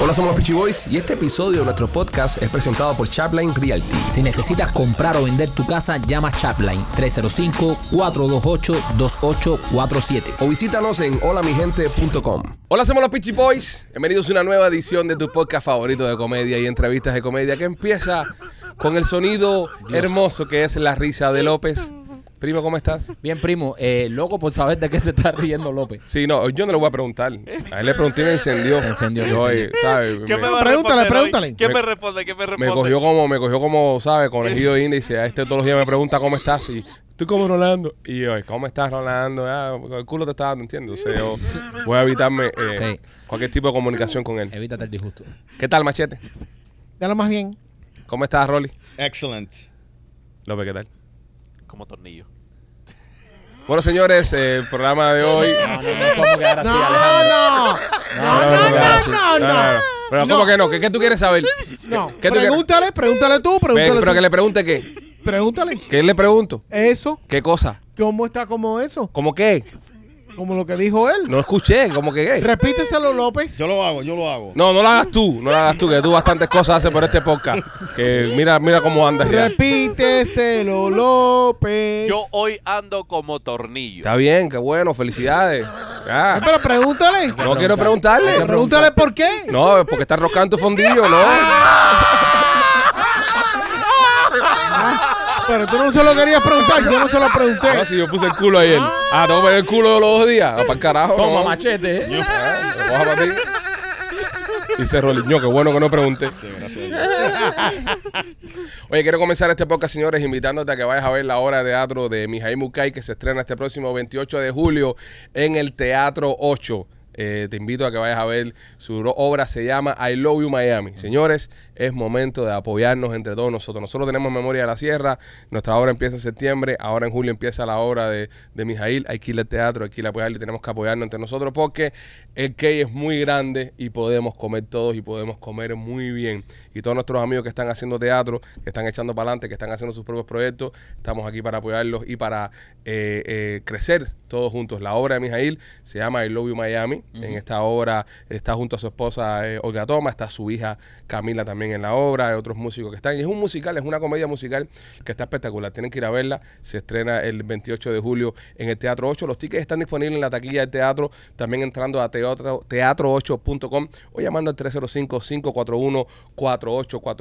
Hola, somos los Peachy Boys y este episodio de nuestro podcast es presentado por Chapline Realty. Si necesitas comprar o vender tu casa, llama Chapline 305-428-2847. O visítanos en holamigente.com. Hola, somos los Peachy Boys. Bienvenidos a una nueva edición de tu podcast favorito de comedia y entrevistas de comedia que empieza con el sonido hermoso que es la risa de López. Primo, ¿cómo estás? Bien, primo, eh, loco por saber de qué se está riendo López. Sí, no, yo no le voy a preguntar. A él le pregunté y me encendió. Me encendió, Yo, me eh, ¿sabes? ¿Qué Me, me va a Pregúntale, responder hoy? pregúntale. ¿Qué Me- me responde? ¿Qué me me responde? cogió como, me cogió como, ¿sabes? Conejillo de índice. A este todos los días me pregunta cómo estás y estoy como Rolando. Y yo, ¿cómo estás Rolando? Ah, el culo te está dando, ¿entiendes? O sea, yo voy a evitarme eh, Sí. cualquier tipo de comunicación con él. Evítate el disgusto. ¿Qué tal, Machete? Dale más bien. ¿Cómo estás, Rolly? Excellent. López, ¿qué tal? Como tornillo. Bueno, señores, eh, el programa de hoy. No, no, no, ¿cómo quedar así, Alejandro? no, No, no, no, no, no, no, no, no. Pero, ¿cómo No. que no? ¿Qué, qué tú quieres saber? no. ¿Qué tú quieres? Pregúntale, pregúntale tú, Ve, pregúntale pero que tú. le pregunte qué. Pregúntale. ¿Qué le pregunto? Eso, ¿Qué cosa? ¿cómo está como eso? ¿Cómo qué? Como lo que dijo él. No escuché, ¿cómo que qué? Repíteselo, López. Yo lo hago, yo lo hago. No, no la hagas tú, no la hagas tú, que tú bastantes cosas haces por este podcast. Que mira, mira cómo andas ya. Repíteselo, López. Yo hoy ando como tornillo. Está bien, qué bueno, felicidades. Ah, Ya. Pero pregúntale. No quiero preguntarle. Pregúntale por qué. No, porque está roscando tu fondillo, ¿no? Ah, Pero tú no se lo querías preguntar, yo no se lo Ah, pregunté. sí, yo puse el culo ayer. Ah, tengo que ver el culo de los dos días. Ah, para carajo. Toma no. machete. ¿eh? Ah, lo coja para ti. Dice Roliño, qué bueno que no pregunté. Oye, quiero comenzar este podcast, señores, invitándote a que vayas a ver la obra de teatro de Mijail Mukai que se estrena este próximo 28 de julio en el Teatro 8. Eh, te invito a que vayas a ver su ro- obra, se llama I Love You Miami. Señores, es momento de apoyarnos entre todos nosotros. Nosotros tenemos Memoria de la Sierra, nuestra obra empieza en septiembre, ahora en julio empieza la obra de, de Mijail. Hay que ir al teatro, hay que ir a apoyarle, tenemos que apoyarnos entre nosotros porque el que es muy grande y podemos comer todos y podemos comer muy bien. Y todos nuestros amigos que están haciendo teatro, que están echando para adelante, que están haciendo sus propios proyectos, estamos aquí para apoyarlos y para eh, eh, crecer todos juntos. La obra de Mijail se llama I Love You Miami. En esta obra está junto a su esposa eh, Olga Toma, está su hija Camila también en la obra, hay otros músicos que están. Y es un musical, es una comedia musical que está espectacular. Tienen que ir a verla. Se estrena el 28 de julio en el Teatro 8. Los tickets están disponibles en la taquilla del teatro, también entrando a teatro, teatro8.com o llamando al 305-541-4841.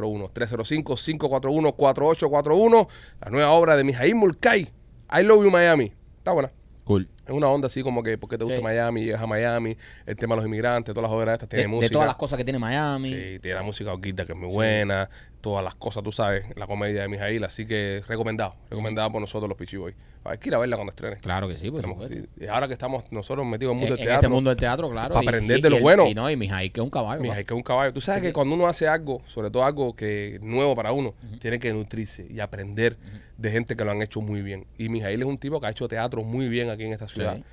305-541-4841. La nueva obra de Mijail Mulcahy, I Love You Miami. Está buena. Cool. Es una onda así como que, ¿por qué te gusta Sí. Miami? Llegas a Miami, el tema de los inmigrantes, todas las obras estas De, tienen de música. todas las cosas que tiene Miami. Sí, tiene la música Oquita que es muy buena, todas las cosas, tú sabes, la comedia de Mijail, así que recomendado, recomendado por nosotros los Pichi Boys. Hay que ir a verla cuando estrene. Claro que sí, por Tenemos- supuesto. y ahora que estamos nosotros metidos en el En, mundo en del teatro, este mundo del teatro, claro. Pa' y- aprender y- de y lo el- bueno. Y no, y Mijail, que es un caballo. Mijail, papá. que es un caballo. Tú sabes que, cuando uno hace algo, sobre todo algo que nuevo para uno, tiene que nutrirse y aprender de gente que lo han hecho muy bien. Y Mijail es un tipo que ha hecho teatro muy bien aquí en esta ciudad. Sí.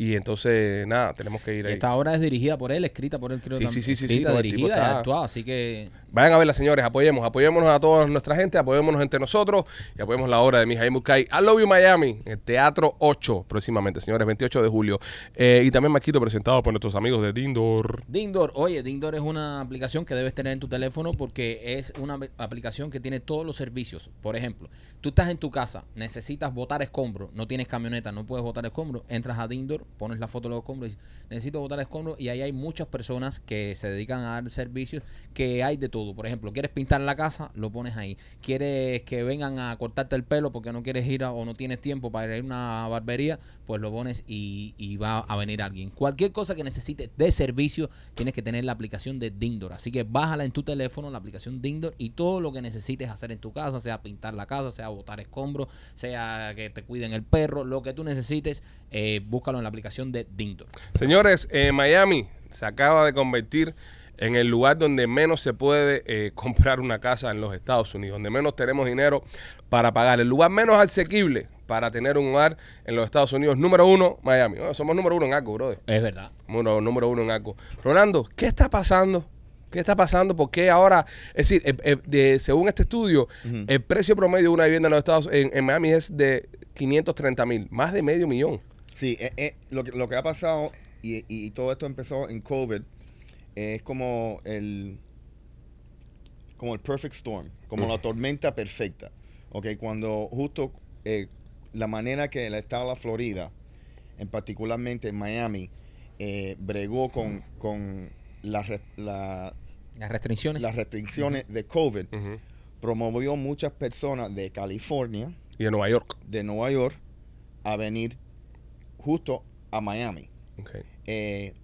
Y entonces, nada, tenemos que ir Y ahí. esta obra es dirigida por él, escrita por él, creo Sí, sí, también. sí, sí, sí, Escrita, no, el tipo dirigida, y está- actuada, así que... Vayan a verla, señores. Apoyemos, apoyémonos a toda nuestra gente, apoyémonos entre nosotros y apoyemos la obra de Mijail Mukai. I Love You Miami, en Teatro 8, próximamente, señores, 28 de julio. Eh, y también Maquito, presentado por nuestros amigos de Dindor. Dindor, oye, Dindor es una aplicación que debes tener en tu teléfono porque es una ap- aplicación que tiene todos los servicios. Por ejemplo, tú estás en tu casa, necesitas botar escombro, no tienes camioneta, no puedes botar escombro, entras a Dindor, pones la foto de los escombros y dices, necesito botar escombro y ahí hay muchas personas que se dedican a dar servicios que hay de todo. Por ejemplo, quieres pintar la casa, lo pones ahí. Quieres que vengan a cortarte el pelo porque no quieres ir a- o no tienes tiempo para ir a una barbería, pues lo pones y, y va a venir alguien. Cualquier cosa que necesites de servicio, tienes que tener la aplicación de Dindor. Así que bájala en tu teléfono, la aplicación Dindor, y todo lo que necesites hacer en tu casa, sea pintar la casa, sea botar escombros, sea que te cuiden el perro, lo que tú necesites, eh, búscalo en la aplicación de Dindor. Señores, eh, Miami se acaba de convertir en el lugar donde menos se puede eh, comprar una casa en los Estados Unidos, donde menos tenemos dinero para pagar, el lugar menos asequible para tener un hogar en los Estados Unidos, número uno, Miami. Bueno, somos número uno en algo, brother. Es verdad. Número, número uno en algo. Rolando, ¿qué está pasando? ¿Qué está pasando? ¿Por qué ahora? Es decir, eh, eh, de- según este estudio, el precio promedio de una vivienda en los Estados en, en Miami es de 530 mil, más de medio millón. Sí, eh, eh, lo, que, lo que ha pasado y, y- y todo esto empezó en COVID, es como el como el perfect storm, como la tormenta perfecta. Ok, cuando justo eh, la manera que el estado de la Florida, en particularmente en Miami, eh, bregó con, con la re- la- Las restricciones. las restricciones de COVID, Ujú. promovió muchas personas de California, Y en Nueva York. de Nueva York, a venir justo a Miami Ok. eh,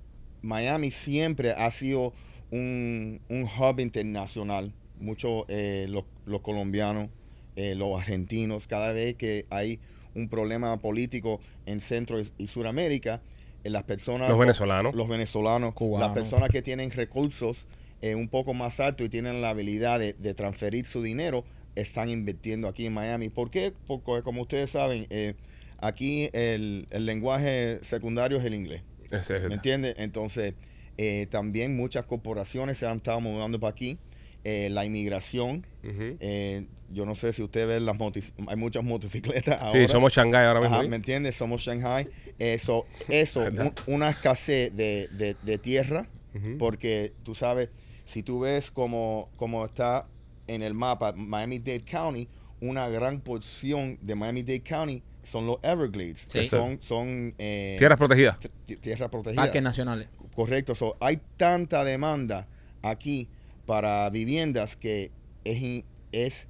Miami siempre ha sido un, un hub internacional. Muchos eh, los, los colombianos, eh, los argentinos, cada vez que hay un problema político en Centro y, y Suramérica, eh, las personas... Los venezolanos. Los venezolanos, Cubanos. las personas que tienen recursos eh, un poco más altos y tienen la habilidad de, de transferir su dinero, están invirtiendo aquí en Miami. ¿Por qué? Porque como ustedes saben, eh, aquí el- el lenguaje secundario es el inglés. Ese es ¿Me el. entiendes? Entonces, eh, también muchas corporaciones se han estado mudando para aquí. Eh, la inmigración, Ujú. eh, yo no sé si ustedes ven las motis, hay muchas motocicletas ahora. Sí, somos Shanghai ahora mismo. ¿eh? Ajá, ¿sí? ¿Me entiendes? Somos Shanghai. Eso, eso ¿Verdad? un- una escasez de, de- de tierra, Ujú. porque tú sabes, si tú ves como, como está en el mapa Miami-Dade County, una gran porción de Miami-Dade County son los Everglades, que Sí. son, son eh, Tierras protegidas. t- tierra protegida. Parques nacionales. Correcto, so, hay tanta demanda aquí para viviendas que es, in- es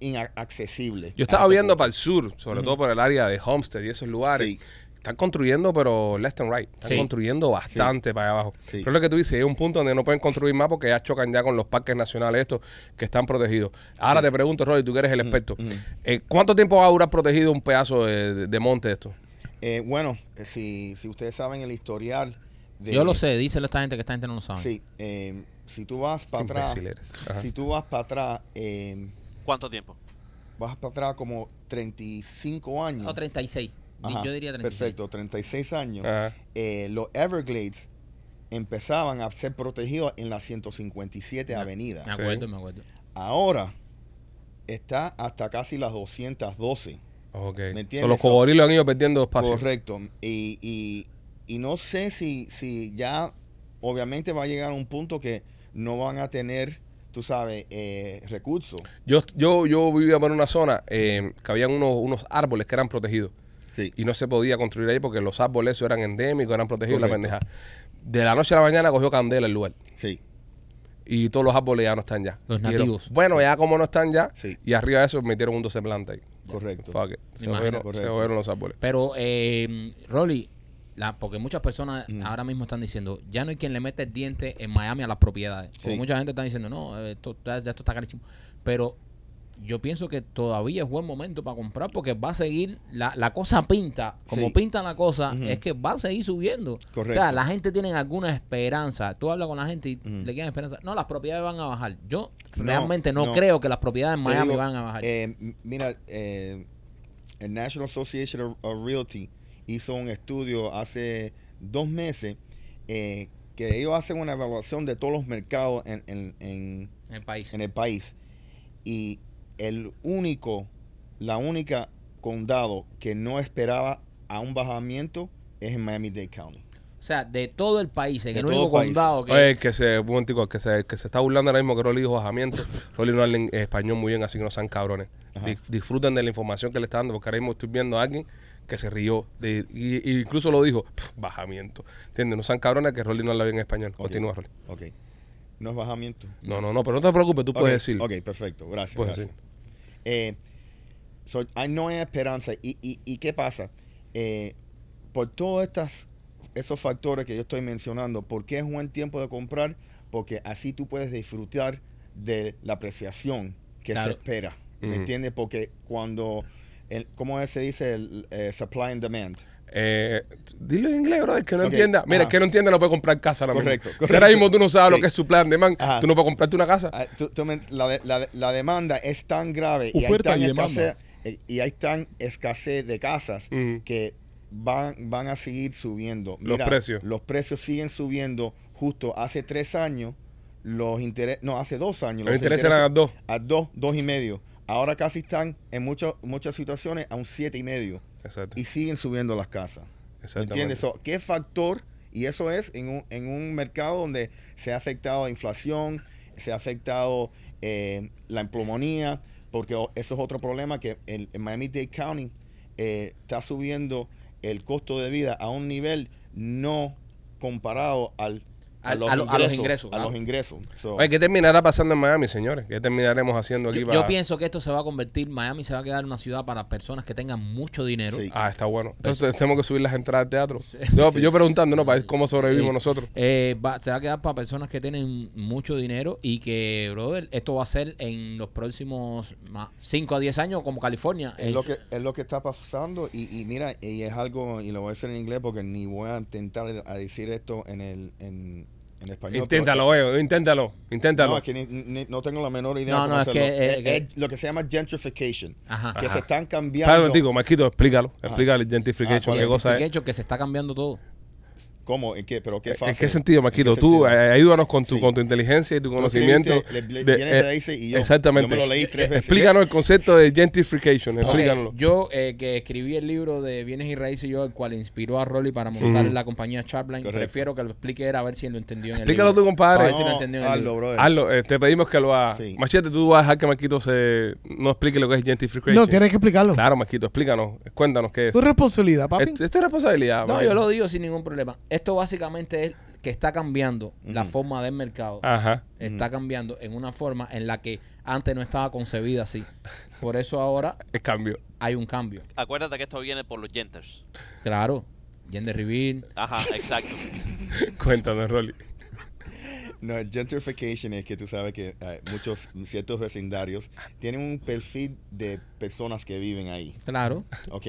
inaccesible. Yo estaba viendo para para el sur, sobre todo por el área de Homestead y esos lugares. Sí. Están construyendo, pero left and right. Están Sí. construyendo bastante para allá abajo. Sí. Pero es lo que tú dices, hay un punto donde no pueden construir más porque ya chocan ya con los parques nacionales estos que están protegidos. Ahora te pregunto, Roy, tú que eres el Mm, experto. eh, ¿Cuánto tiempo va a durar protegido un pedazo de, de- de monte esto? bueno, eh, si, si ustedes saben el historial de... Yo lo sé, díselo a esta gente que esta gente no lo sabe. Sí, eh, si tú vas para atrás, Imbécil eres. Ajá. si tú vas para atrás, eh, ¿Cuánto tiempo? vas para atrás como 35 años. O 36. Di- Ajá, Yo diría 36. Perfecto, 36 años. Ajá. eh, los Everglades empezaban a ser protegidos en la 157 Avenida. Me acuerdo, me acuerdo. Ahora está hasta casi las 212. Ok. entiendes? So, los cocodrilos han ido perdiendo espacio. Correcto. Y, y- y no sé si, si ya, obviamente va a llegar a un punto que no van a tener, tú sabes, eh, recursos. Yo, yo, yo vivía por una zona eh, que habían unos, unos árboles que eran protegidos. Sí. y no se podía construir ahí porque los árboles esos eran endémicos, eran protegidos, la Correcto. pendeja. De la noche a la mañana cogió candela el lugar Sí. y todos los árboles ya no están ya. Los Y dijeron, nativos. bueno, ya como no están ya, Sí. y arriba de eso metieron un 12 planta ahí. Correcto. Fuck it. Se Me imagino. jodieron, se Correcto. jodieron los árboles. Pero, eh, Rolly, la, porque muchas personas Mm. ahora mismo están diciendo, ya no hay quien le mete el diente en Miami a las propiedades. Porque Sí. mucha gente está diciendo, no, eh, esto, ya, ya esto está carísimo. Pero yo pienso que todavía es buen momento para comprar porque va a seguir, la, la cosa pinta, como Sí. pinta la cosa, Ujú. es que va a seguir subiendo. Correcto. O sea, la gente tiene alguna esperanza. Tú hablas con la gente y le quedan esperanza. No, las propiedades van a bajar. Yo No, realmente no, no. creo que las propiedades en Te Miami digo, van a bajar. eh, m- mira, eh, el National Association of, of Realty hizo un estudio hace dos meses eh, que ellos hacen una evaluación de todos los mercados en, en- en- en el país. en el país. Y el único, la única condado que no esperaba a un bajamiento es en Miami-Dade County. O sea, de todo el país, en De el todo único el país. condado que... Oye, el que se, un momentico, el que se, el que se está burlando ahora mismo que Rolly dijo bajamiento. Rolly no habla en español muy bien, así que no sean cabrones. Ajá. Di- disfruten de la información que le está dando, porque ahora mismo estoy viendo a alguien que se rió. de- y, y incluso lo dijo, "Pf, bajamiento. ¿Entiendes? No sean cabrones que Rolly no habla bien español. Ok. Continúa, Rolly. Ok. No es bajamiento. No, no, no, pero no te preocupes, tú puedes decir. Ok, perfecto. Gracias. Puedes gracias. Eh, so, hay- no hay esperanza. ¿Y, y, y qué pasa? Eh, por todos estas, esos factores que yo estoy mencionando, ¿por qué es un buen tiempo de comprar? Porque así tú puedes disfrutar de la apreciación que Claro. se espera. ¿Me Ujú. entiendes? Porque cuando, el, ¿cómo se dice? El, eh, supply and demand. Eh, dilo en inglés, bro, es que no Ok, entienda. Mira, ajá. el que no entienda no puede comprar casa ahora Correcto, mismo. Si correcto. ahora mismo tú no sabes lo Sí. que es su plan de man, Ajá. tú no puedes comprarte una casa. Ah, tú- tú me- la, de- la de- la demanda es tan grave Oferta y y hay tan demanda. escasez, eh, y hay tan escasez de casas Ujú. que van, van a seguir subiendo. Los precios. Los precios siguen subiendo. Justo hace tres años, los intereses, no, hace dos años. Los intereses eran a dos. A dos, dos y medio. Ahora casi están en muchas muchas situaciones a un siete y medio Exacto. y siguen subiendo las casas. ¿Me Exactamente. ¿Entiendes? So, ¿Qué factor Y eso es en un, en un mercado donde se ha afectado la inflación, se ha afectado eh, la empleomonía, porque o- eso es otro problema que en, Miami-Dade County eh, está subiendo el costo de vida a un nivel no comparado al, Al- a lo- a los ingresos, ah. A claro. los ingresos. So, Oye, ¿qué terminará pasando en Miami, señores? ¿Qué terminaremos haciendo aquí Yo, para- yo pienso que esto se va a convertir, Miami se va a quedar una ciudad para personas que tengan mucho dinero. Sí. Ah, está bueno. Entonces tenemos que subir las entradas al teatro. Yo, yo preguntando, ¿no? Para ver cómo sobrevivimos Sí. nosotros. Eh, va- se va a quedar para personas que tienen mucho dinero y que, brother, esto va a ser en los próximos 5 a 10 años como California. Es lo, que, es lo que está pasando y, y mira, y es algo, y lo voy a decir en inglés porque ni voy a intentar a decir esto en, el, en, en español. pero- inténtalo, oye, inténtalo, inténtalo. No, es que ni- ni- no tengo la menor idea No, de cómo no, es hacerlo. que, eh, Es- que- Ah, es lo que se llama gentrification. Ajá. Que se están cambiando. Espera un momentico, Marquito, explícalo. Explícale el Ah, gentrification, ¿cuál qué es? cosa Que es. hecho que se está cambiando todo. ¿Cómo? ¿En qué? ¿Pero qué fase? ¿En qué sentido, Marquito? ¿En qué Tú, sentido? eh, ayúdanos con tu, Sí. con tu inteligencia y tu Tú conocimiento. escribiste, le- le- de- vienes de eh, ahí, sí, y yo- exactamente. yo me lo leí tres Eh, veces. Explícanos el concepto de gentrification, explícanlo. Ok, Yo, eh, que escribí el libro de Bienes y Raíces, yo, el cual inspiró a Rolly para montar Ujú. la compañía Chapline, Correcto. prefiero que lo explique él a ver si lo entendió en el Explícalo libro. tú, compadre. A ver No, si lo entendió en el hazlo, libro. brother. Hazlo, eh, te pedimos que lo hagas. Sí. Machete, tú vas a dejar que Marquito se, no explique lo que es gentrification. No, tienes que explicarlo. Claro, Marquito, explícanos, cuéntanos qué es. Tu responsabilidad, papi. Esto, esto es responsabilidad. No, Marquito. yo lo digo sin ningún problema. Esto básicamente es que está cambiando la forma del mercado. Ajá. Está cambiando en una forma en la que antes no estaba concebida así. Por eso ahora Es cambio. hay un cambio. Acuérdate que esto viene por los Genters. Claro. Gender reveal. Ajá, exacto. Cuéntanos, Rolly. No, gentrification es que tú sabes que eh, muchos, ciertos vecindarios tienen un perfil de personas que viven ahí. Claro. ¿Ok?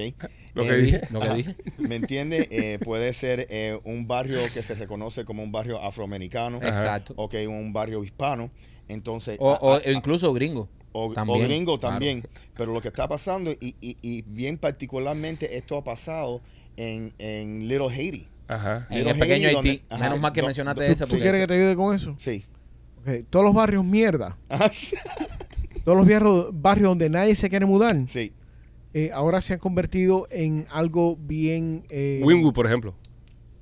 Lo que Eh, dije. Lo que dije. ¿Me entiendes? puede ser eh, un barrio que se reconoce como un barrio afroamericano. Exacto. Ok, un barrio hispano. Entonces, O, a- o- a- o incluso gringo. O, o También, gringo claro. también. Pero lo que está pasando, y, y- y bien particularmente esto ha pasado en, en Little Haiti. Ajá. En Little el pequeño Haiti, Haití. donde- Menos mal que do- mencionaste do- esa ¿Tú porque quieres eso- que te ayude con eso? Sí. Ah, Ok, Todos los barrios mierda. Ajá, Todos los barrios, barrios donde nadie se quiere mudar. sí. eh, ahá se han convertido en algo bien. Eh, Winwood, por ejemplo.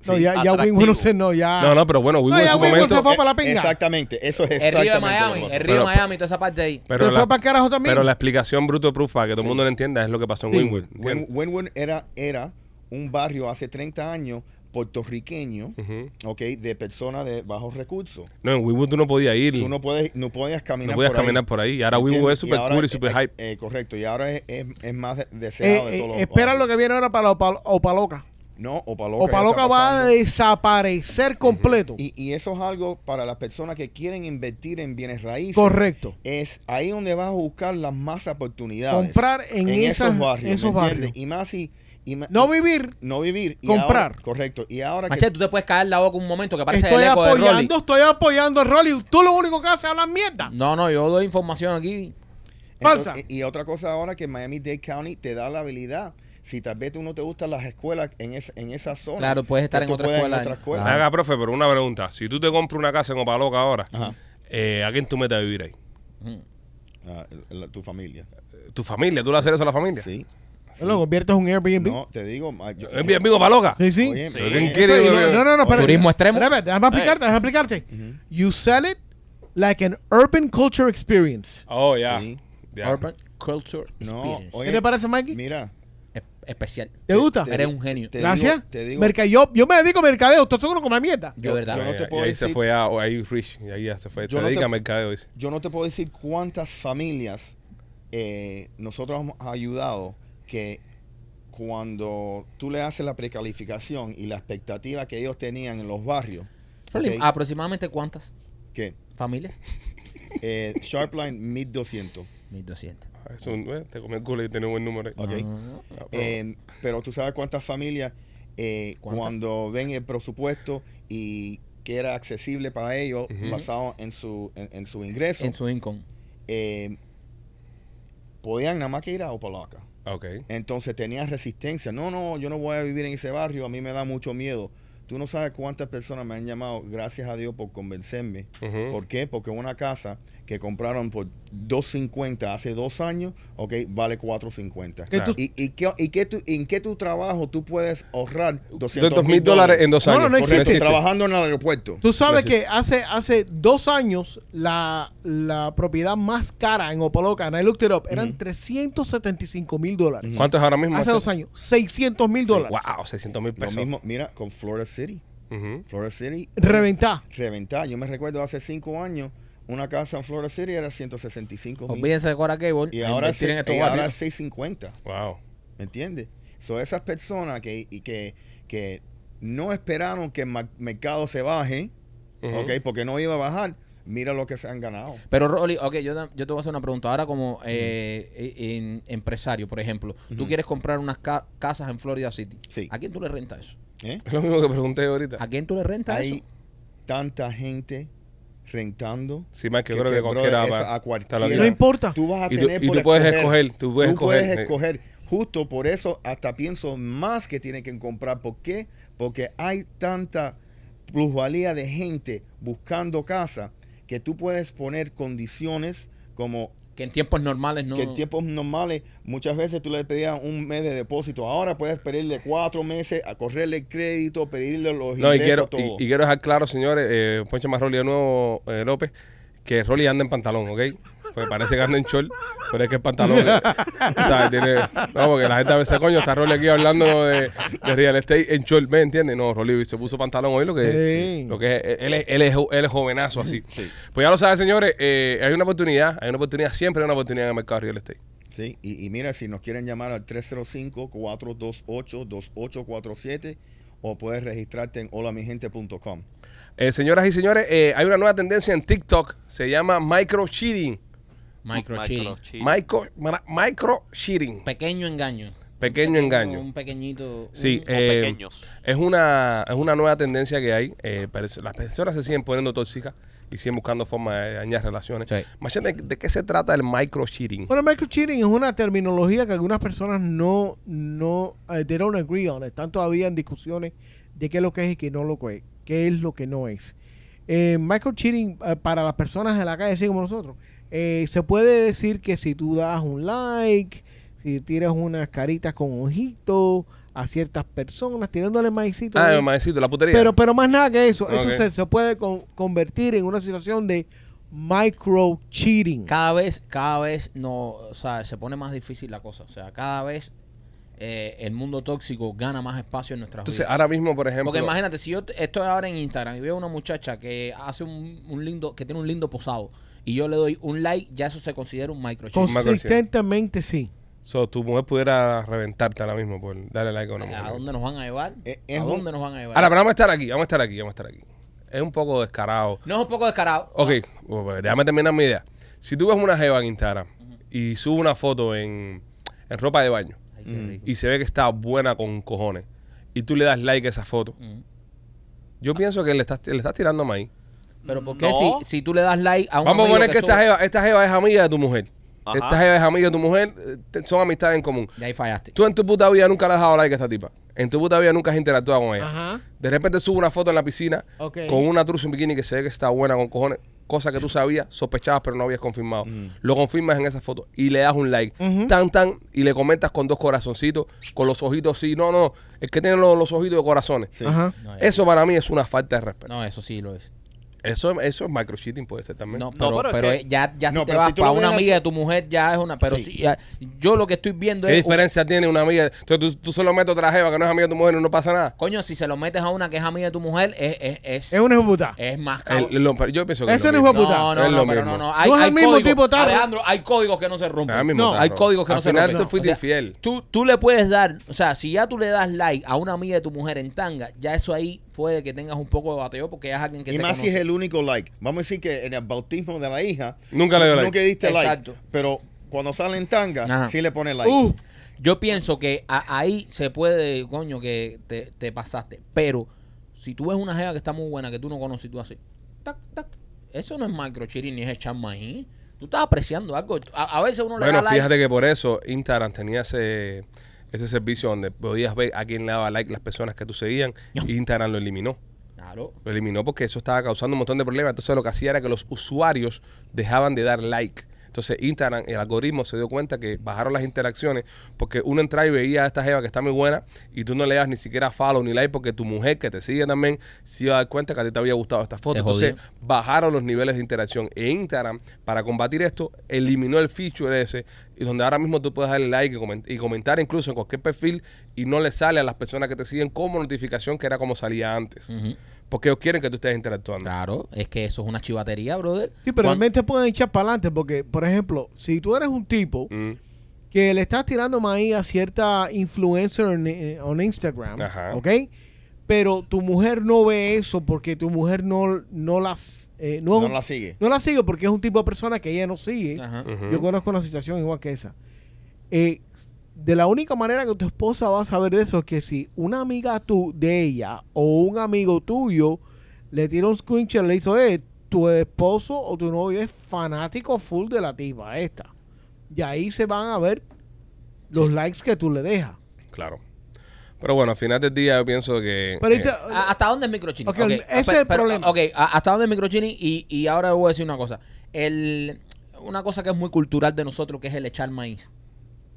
No, sí, ya, ya atractivo. Winwood no sé, no, ya. No, no, pero bueno, Winwood Ah. No, en ya su Winwood momento. se fue para la pinga. Exactamente. Eso es El río de exactamente Miami. lo que El pasó. río de Pero- Miami, toda esa parte ahí. Pero se la, fue para carajo también. pero la explicación bruto proof para que todo el Sí. mundo lo entienda es lo que pasó en Sí. Winwood. Win- ¿entiendes? Winwood era, era un barrio hace 30 años puertorriqueño, Ujú. ok, de personas de bajos recursos. No, en Winwood tú no podías ir. Tú no puedes, no podías caminar No podías por ahí. caminar por ahí. Y ahora ¿Entiendes? Winwood es super ahora cool y es- super es- hype. eh, correcto. Y ahora es, es- es más deseado Eh, de eh, todos los espera barrios. lo que viene ahora para Opa- Opaloca. No, Opaloca. ya Opaloca está va a pasando. desaparecer completo. Y, y eso es algo para las personas que quieren invertir en bienes raíces. Correcto. Es ahí donde vas a buscar las más oportunidades. Comprar en, esas- esos barrios. ¿me esos entiendes? barrios. Y más si. y ma- No vivir. no vivir. y comprar. ahora- correcto. Y ahora Machete, que. tú te puedes caer la boca un momento que parece Estoy el eco de Rolly. apoyando, estoy apoyando a Rolly. Tú lo único que haces es hablar mierda. No, no, yo doy información aquí. entonces- falsa. y, y otra cosa ahora que Miami-Dade County te da la habilidad. Si tal vez tú no te gustan las escuelas en, es- en esa zona. Claro, puedes estar que en tú otra puedas escuela. Haga, profe, pero una pregunta. Si tú te compras una casa en Opaloca ahora, Ajá. eh, ¿a quién tú metes a vivir ahí? Ah, la- tu familia. ¿Tu familia? ¿Tú le haces eso a la familia? Sí. Lo conviertes en un Airbnb. No, te digo. ma- yo- ¿Es mi amigo Opaloca? Sí, sí. Oye, Sí. oye, ¿Quién Eso, quiere- y no, no, no, no, espérate. Turismo extremo. Espérate, déjame explicarte, déjame explicarte. You sell it like an urban culture experience. Oh, ya. Sí. Ya. Urban Culture No, Experience. oye, ¿Qué te parece, Mikey? Mira. Es- especial. ¿Te gusta? te- Eres un genio. te- Gracias. digo- te digo- Merca- yo, yo me dedico a mercadeo. Ustedes son unos come mierda. yo, yo- verdad. yo no te Eh, puedo ahí se decir- fue a ahí Rich, y ahí ya se fue. Yo se no te- dedica a mercadeo. dice. Yo no te puedo decir cuántas familias eh, nosotros hemos ayudado que cuando tú le haces la precalificación y la expectativa que ellos tenían en los barrios, Rolly, ok, ¿Aproximadamente cuántas que familias? eh, Sharpline 1200, 1200. Es un- eh, te comió el culo y tenía un buen número. ahí. ok. Ah, Eh, pero tú sabes cuántas familias eh, ¿Cuántas? cuando ven el presupuesto y que era accesible para ellos basado en su en, en su ingreso en su income. eh, podían nada más que ir a Opalaca. Ok. Entonces tenían resistencia. No, no, yo no voy a vivir en ese barrio, a mí me da mucho miedo. Tú no sabes cuántas personas me han llamado, gracias a Dios por convencerme. Ujú. ¿Por qué? Porque una casa que compraron por 2.50 hace dos años, ok, vale 4.50. Que tú- ¿Y, y qué, y qué tú- en qué tu trabajo tú puedes ahorrar 200 200 mil dólares en dos No, años. no, no Correcto, existe. trabajando en el aeropuerto. Tú sabes Gracias. que hace, hace dos años la, la propiedad más cara en Opaloca, and I looked it up, eran 375 mil dólares. ¿Cuánto es ahora mismo? Hace dos años, 600 mil dólares. Wow, 600 mil Lo pesos. mismo, mira, con Florida City. Ujú. Florida City Reventá. reventar. Yo me recuerdo hace cinco años, una casa en Florida City era 165 mil. Olvídense de Cora Gable. Y ahora, Pues invertir sí- en estos y ahora barrios. 650. Wow. ¿Me entiendes? Son esas personas que, y que, que no esperaron que el ma- mercado se baje, Ujú. ¿ok? Porque no iba a bajar. Mira lo que se han ganado. Pero Rolly, ok, yo, da- yo te voy a hacer una pregunta. Ahora como eh, eh, en- empresario, por ejemplo, tú quieres comprar unas ca- casas en Florida City. Sí. ¿A quién tú le rentas eso? ¿eh? Es lo mismo que pregunté yo ahorita. ¿A quién tú le rentas Hay eso? tanta gente rentando. Sí, más que yo creo que que, brother, cualquiera esa va- a cualquiera. está la vida. No importa. Tú vas a Y tú- tener y por tú puedes escoger, tú puedes escoger, eh. escoger. Justo por eso hasta pienso más que tienen que comprar. ¿Por qué? Porque hay tanta plusvalía de gente buscando casa que tú puedes poner condiciones como Que en tiempos normales no. que en tiempos normales muchas veces tú le pedías un mes de depósito. Ahora puedes pedirle cuatro meses, a correrle el crédito, pedirle los No, y quiero, ingresos, y, todo. y quiero dejar claro, señores, eh, Poncho más Rolly de nuevo, eh, López, que Rolly anda en pantalón, ¿ok? Porque parece que anda en short, pero es que el pantalón. eh, o sea, tiene. No, porque la gente a veces, coño, está Rolly aquí hablando de, de real estate en short, ¿me entiendes? No, Rolly se puso pantalón hoy, lo que, Sí. lo que es, él, es, él, es, jo- él es jovenazo así. Pues ya lo saben, señores, eh, hay una oportunidad, hay una oportunidad, siempre hay una oportunidad en el mercado de real estate. Sí, y, y mira, si nos quieren llamar al 305-428-2847 o puedes registrarte en holamigente.com. Eh, señoras y señores, eh, hay una nueva tendencia en TikTok, se llama micro cheating. Microchip. Microchip. Micro, micro cheating. Pequeño engaño. Pequeño engaño. Un pequeñito. Sí, O un- eh, pequeños. Es una, es una nueva tendencia que hay. eh, parece- las personas se siguen poniendo tóxicas y siguen buscando formas de dañar relaciones. Sí. Machete, ¿de qué se trata el micro cheating? Bueno, microcheating es una terminología que algunas personas no, no, eh, they don't agree on. Están todavía en discusiones de qué es lo que es y qué no lo que es, qué es lo que no es. Eh, microcheating eh, para las personas de la calle, así como nosotros, eh, se puede decir que si tú das un like, si tiras unas caritas con ojito a ciertas personas, tirándole maicito. ah, ahí. maecito, la putería. pero, pero más nada que eso, eso Ok. se, se puede con- convertir en una situación de microcheating. cada vez, cada vez no, o sea, se pone más difícil la cosa. O sea, cada vez eh, el mundo tóxico gana más espacio en nuestras Entonces, vidas. ahora mismo, por ejemplo. Porque imagínate, si yo t- estoy ahora en Instagram y veo una muchacha que hace un, un lindo, que tiene un lindo posado y yo le doy un like, ya eso se considera un microchip. Con- Consistentemente sí. so, tu mujer pudiera reventarte ahora mismo por darle like a una mujer. ¿A dónde nos van a llevar? Eh, es ¿A un- dónde nos van a llevar? Ahora, pero vamos a estar aquí, vamos a estar aquí, vamos a estar aquí. Es un poco descarado. no es un poco descarado. Ok, bueno, pues, déjame terminar mi idea. Si tú ves una jeva en Instagram y sube una foto en, en ropa de baño Ay, qué rico. y se ve que está buena con cojones y tú le das like a esa foto. Mm. Yo pienso que le estás, le estás tirando maíz. Pero ¿por qué No. si, si tú le das like a un Mm. Vamos a amigo poner que esta sube- jeva, esta jeva es amiga de tu mujer. Ajá. Esta jeva es amiga de tu mujer, eh, te- son amistades en común. Y ahí fallaste. Tú en tu puta vida nunca le has dado like a esta tipa. En tu puta vida nunca has interactuado con ella. Ajá. De repente sube una foto en la piscina Ok. Mm. con una truza en bikini que se ve que está buena con cojones. Cosa que tú sabías, sospechabas, pero no habías confirmado. Lo confirmas en esa foto y le das un like. Tan, tan, y le comentas con dos corazoncitos, con los ojitos así. No, no, el que tiene los, los ojitos de corazones. Sí. Ajá. No, eh, Eso para mí es una falta de respeto. no, eso sí lo es. Eso, eso es microcheating, puede ser también. No, No, pero, pero es pero que- eh, ya, ya No, si te pero vas si tú lo para una dejas- amiga de tu mujer, ya es una. Pero sí, Sí. ya- yo lo que estoy viendo ¿Qué es. un- diferencia tiene una amiga? Entonces tú, tú solo metes otra jeva que no es amiga de tu mujer y no pasa nada. coño, si se lo metes a una que es amiga de tu mujer, es, es, es, Es una hijueputa. es más caro. El- lo- pero yo pienso que Ese es no lo es mismo. hijueputa. no, es no, lo no, pero mismo. no, no. Hay, No es hay el mismo códigos. tipo, tarde. Alejandro, hay códigos que no se rompen. Ah, mismo No. tarro. Hay códigos que Al no se final rompen. tú fuiste O sea, infiel. Tú, tú le puedes dar, o sea, si ya tú le das like a una amiga de tu mujer en tanga, ya eso ahí puede que tengas un poco de bateo porque es alguien que Y se más si es conoce. el único like. Vamos a decir que en el bautismo de la hija Nunca le dio like. nunca diste Exacto. like. Pero cuando sale en tanga, Ajá. sí le pone like. Uh, Yo pienso que a- ahí se puede, coño, que te, te pasaste. Pero si tú ves una jeva que está muy buena, que tú no conoces, y tú haces, tac, tac, eso no es microchiri ni es ¿eh? echar maíz. Tú estás apreciando algo. A, a veces uno le Bueno, da like. fíjate que por eso Instagram tenía ese, ese servicio donde podías ver a quién le daba like las personas que tú seguían, Instagram lo eliminó. Claro. Lo eliminó porque eso estaba causando un montón de problemas. Entonces lo que hacía era que los usuarios dejaban de dar like. Entonces Instagram, el algoritmo se dio cuenta que bajaron las interacciones porque uno entraba y veía a esta jeva que está muy buena y tú no le das ni siquiera follow ni like porque tu mujer que te sigue también se iba a dar cuenta que a ti te había gustado esta foto. Te Entonces jodió. bajaron los niveles de interacción. E Instagram, para combatir esto, eliminó el feature ese y donde ahora mismo tú puedes darle like y comen- y comentar incluso en cualquier perfil y no le sale a las personas que te siguen como notificación que era como salía antes. Ujú. Porque ellos quieren que tú estés interactuando. Claro, es que eso es una chivatería, brother. Sí, pero Cuan- también te pueden echar para adelante porque, por ejemplo, si tú eres un tipo Mm, que le estás tirando maíz a cierta influencer en, eh, on Instagram, Ajá. ¿ok? Pero tu mujer no ve eso porque tu mujer no, no las... eh, no, No la sigue. no la sigue porque es un tipo de persona que ella no sigue. Ajá. ujú. Yo conozco una situación igual que esa. Eh, de la única manera que tu esposa va a saber de eso es que si una amiga tú, de ella o un amigo tuyo le tira un screenshot y le hizo, eh, tu esposo o tu novio es fanático full de la tipa esta. Y ahí se van a ver los likes que tú le dejas. Claro. Pero bueno, al final del día yo pienso que... Pero eh, ese- ¿A- ¿Hasta dónde es microchip? Ok, ese es el problema. Ok, ¿a- ¿hasta dónde es microchip? Y, y ahora voy a decir una cosa. El, una cosa que es muy cultural de nosotros, que es el echar maíz.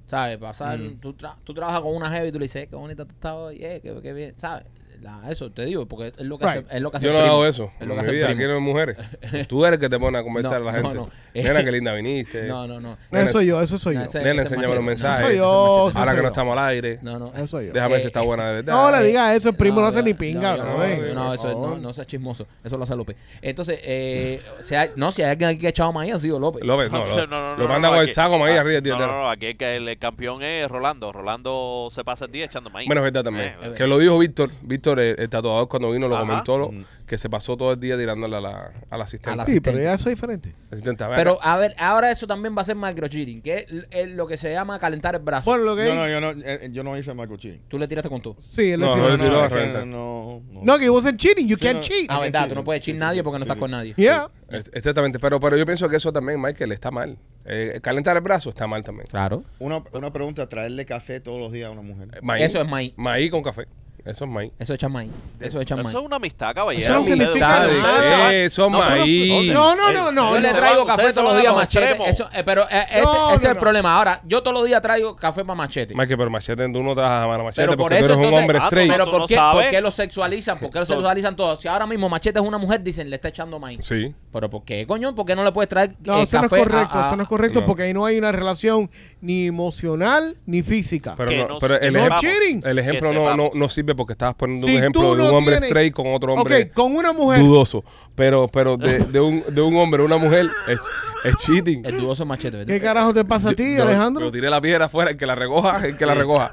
¿Sabes? Pasar, Mm. tú, tra- tú trabajas con una jeva y tú le dices, "Eh, qué bonita tú estás hoy, eh, qué, qué bien, ¿sabes? La- eso te digo, porque es lo que Right. hace, es lo que hace yo el no primo. hago eso. Es En lo mi que hace el vida, primo. aquí no hay mujeres. Tú eres el que te pones a conversar No, a la gente. no, no. Mira qué linda viniste. No, no, no. no, eso soy yo, eso soy yo. No, ese- Nena, ese enséñame machete. los mensajes. No, Soy ese yo, machete. Ahora soy que no yo. estamos al aire. No, no. Eso soy yo. Déjame ver Eh, si está buena de verdad. No le digas eso, el primo no, hace ni pinga, No, bro, no, eh. no, no, eso es- no, no seas chismoso. Eso lo hace López. Entonces, eh, si hay- no, si hay alguien aquí que ha echado maíz, ha sido López. Eh, López, no, lo, lo manda con el aquí- saco ahí ah, arriba. tío, No, tío. no, no, aquí el, que- el campeón es Rolando. Rolando se pasa el día echando maíz. Bueno, es verdad también. Eh, que lo dijo Víctor. Víctor, el, el tatuador, cuando vino, lo Ajá. comentó. lo- que se pasó todo el día tirándole a la, a la asistente. Mm. A la Sí, pero asistente. ya eso es diferente. Asistente, a ver, Pero a ver, ahora eso también va a ser microcheating, que es l- es lo que se llama calentar el brazo. Bueno, lo que No, no, yo no, eh, yo no hice Michael Cheating. Tú le tiraste con todo. Sí, él le No, tiró no, una- no, es a que reventar. no, no. No, que you wasn't cheating, you Sí, can't no. cheat. Ah, Sí, verdad, sí, tú no puedes echar sí, sí, nadie sí, porque no sí, estás sí. con nadie. Yeah. Est- Exactamente, pero, pero yo pienso que eso también, Michael, está mal. Eh, calentar el brazo está mal también. Claro. Una, una pregunta, traerle café todos los días a una mujer. Eh, maíz. Eso es maíz. Maíz con café. Eso es maíz. Eso echa maíz. Eso echa Eso maíz. es una amistad, caballero. Eso no Ustedes- significa ustedes nada. se van- Eso es No, eso no- Eh, maíz. No, no, no, no. yo le se no. traigo van- café ustedes se van todos los a días a los machete. extremos. Eso, eh, pero eh, ese, No, ese no, es el no. problema. Ahora, yo todos los días traigo café para machete. Michael, pero machete, tú no te vas a llamar a machete Pero porque por tú eso eres un entonces- hombre Ah, straight. no, Pero tú ¿por, no qué, sabes. ¿por qué lo sexualizan? ¿Por qué lo sexualizan todo? Si ahora mismo Machete es una mujer, dicen, le está echando maíz. Sí. ¿Pero por qué, coño? ¿Por qué no le puedes traer No, eh, eso no es café a- correcto, ah, a- eso no es correcto No. porque ahí no hay una relación ni emocional ni física. Pero, Que no- nos- pero el, que ejemplo, sepamos. cheating. el ejemplo Que no, no, sepamos. no sirve porque estabas poniendo Si un ejemplo tú de un no hombre tienes- straight con otro hombre Ok, con una mujer. dudoso. Pero, pero de, de un, de un hombre a una mujer es, es cheating. El dudoso Machete, ¿verdad? ¿Qué carajo te pasa a ti, Yo- Alejandro? Yo tiré la piedra afuera, el que la recoja, el que la recoja.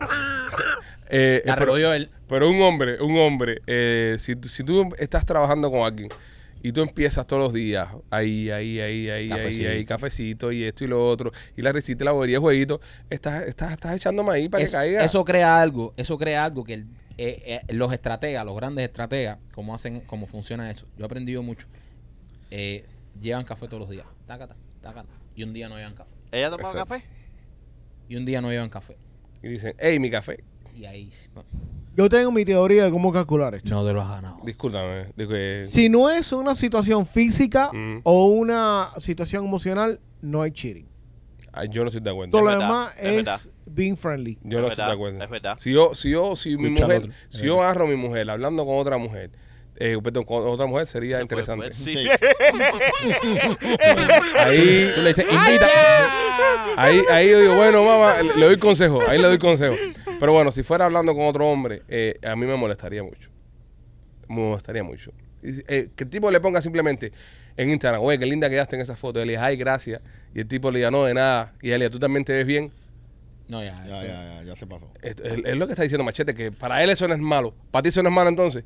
Eh, La eh, pero, recogió él. pero un hombre, un hombre, eh, si, tú- si tú estás trabajando con alguien y tú empiezas todos los días, ahí, ahí, ahí, ahí, ahí, Cafecito. ahí, cafecito y esto y lo otro, y la risita y la bobería, jueguito, estás, estás, estás echando maíz para Es- que caiga. Eso crea algo, eso crea algo que el- eh, eh, los estrategas, los grandes estrategas, cómo hacen, cómo funciona eso. Yo he aprendido mucho. Eh, llevan café todos los días. Tácata, tácata. Y un día no llevan café. ¿Ella tomaba Exacto. café? Y un día no llevan café. Y dicen, hey, mi café. Y ahí pues, Yo tengo mi teoría de cómo calcular esto. no te lo has ganado. Discúlpame. digo, eh, Si no es una situación física Mm. o una situación emocional, no hay cheating. ay, yo no estoy de acuerdo. Todo lo verdad, demás es es, verdad. being friendly. Yo Es no estoy de verdad, acuerdo. es verdad. Si yo, si yo, si mi Escucha al mujer, otro. si yo agarro a mi mujer hablando con otra mujer, eh, perdón, con otra mujer sería Se fue, interesante. pues, sí. Sí. Ahí tú le dices, Ahí, ahí yo digo, bueno, mamá, le doy consejo, ahí le doy consejo. Pero bueno, si fuera hablando con otro hombre, eh, a mí me molestaría mucho. Me molestaría mucho. Y, eh, que el tipo le ponga simplemente en Instagram, oye, qué linda quedaste en esa foto. Y le diga, ay, gracias. Y el tipo le diga, no, de nada. Y él le diga, tú también te ves bien. No, ya, Ya, eso- ya, ya, ya se pasó. Es, es- es lo que está diciendo Machete, que para él eso no es malo. Para ti eso no es malo entonces.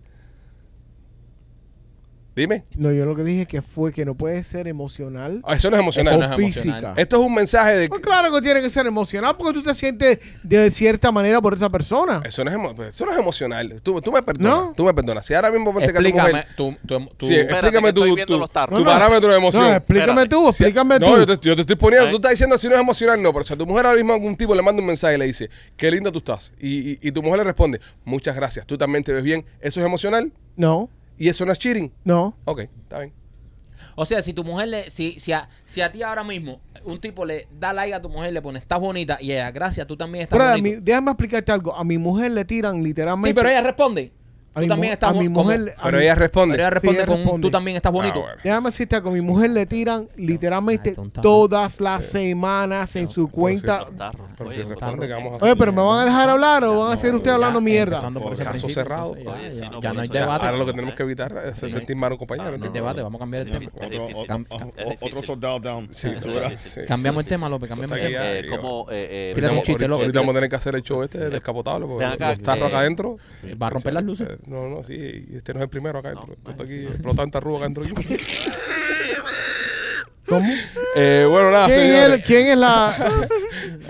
Dime. No, yo lo que dije que fue que no puede ser emocional Ah, eso no es emocional. o no es física. emocional. Esto es un mensaje de que. Pues claro que tiene que ser emocional porque tú te sientes de cierta manera por esa persona. Eso no es, emo- pues, eso no es emocional. Tú, tú me perdonas. ¿No? Tú me perdonas. Si ahora mismo ponte que tu Explícame mujer. tu, tu, tu- Sí, Espérate, explícame que estoy tu, viendo tu, los tarros. tu No, no. parámetro de emoción. No, explícame Espérate. tú, explícame Si- tú. No, yo te, yo te estoy poniendo, Eh. tú estás diciendo si no es emocional, no, pero si a tu mujer ahora mismo algún tipo le manda un mensaje y le dice, qué linda tú estás, y, y- y tu mujer le responde, muchas gracias, tú también te ves bien, eso es emocional No, y eso no es cheating. no. Ok, está bien. O sea, si tu mujer le. Si, si, a, si a ti ahora mismo un tipo le da like a tu mujer, le pone estás bonita y ella, gracias, tú también estás Pero a bonito". mi- déjame explicarte algo. A mi mujer le tiran literalmente. Sí, pero ella responde. a Tú mi también mu- estás a mi bo- como- mujer. le- a Pero mi- ella Pero responde. ella responde ella con un, responde. tú también estás bonito. Ah, bueno. Déjame decirte algo. A mi mujer le tiran literalmente Ay, tonta. todas las semanas en su cuenta. Los tarros. Pues Pero Oye, si los responde, tarros. ¿qué vamos a Oye, hacer? pero ¿me van a dejar hablar o van a seguir ustedes Ya, hablando mierda? empezando por ese Caso principio, cerrado. entonces, Oye, ya- sí, no, Ya por no hay eso ya- debate. Ahora lo que tenemos que evitar es Sí, no hay- sentir mal a un compañero. No hay ¿no? debate, vamos a cambiar el tema. Es Otro, difícil. otro- Cam- o- es o- difícil. otro soldado down. Sí, Es tú verás, difícil. sí. Cambiamos el tema, López, cambiamos el Está tema. ahí Eh, Ya, como eh, eh, Tírate eh, un Ahorita- chiste, loco. eh, Ahorita vamos a tener que hacer el show este descapotable porque Ven acá, está eh, acá adentro. Va a romper las luces. No, no, sí, y este no es el primero acá adentro. Tú estás aquí explotando esta arruga acá adentro. ¿Cómo? Eh, bueno, nada, ¿Quién, es el, señores. quién es la,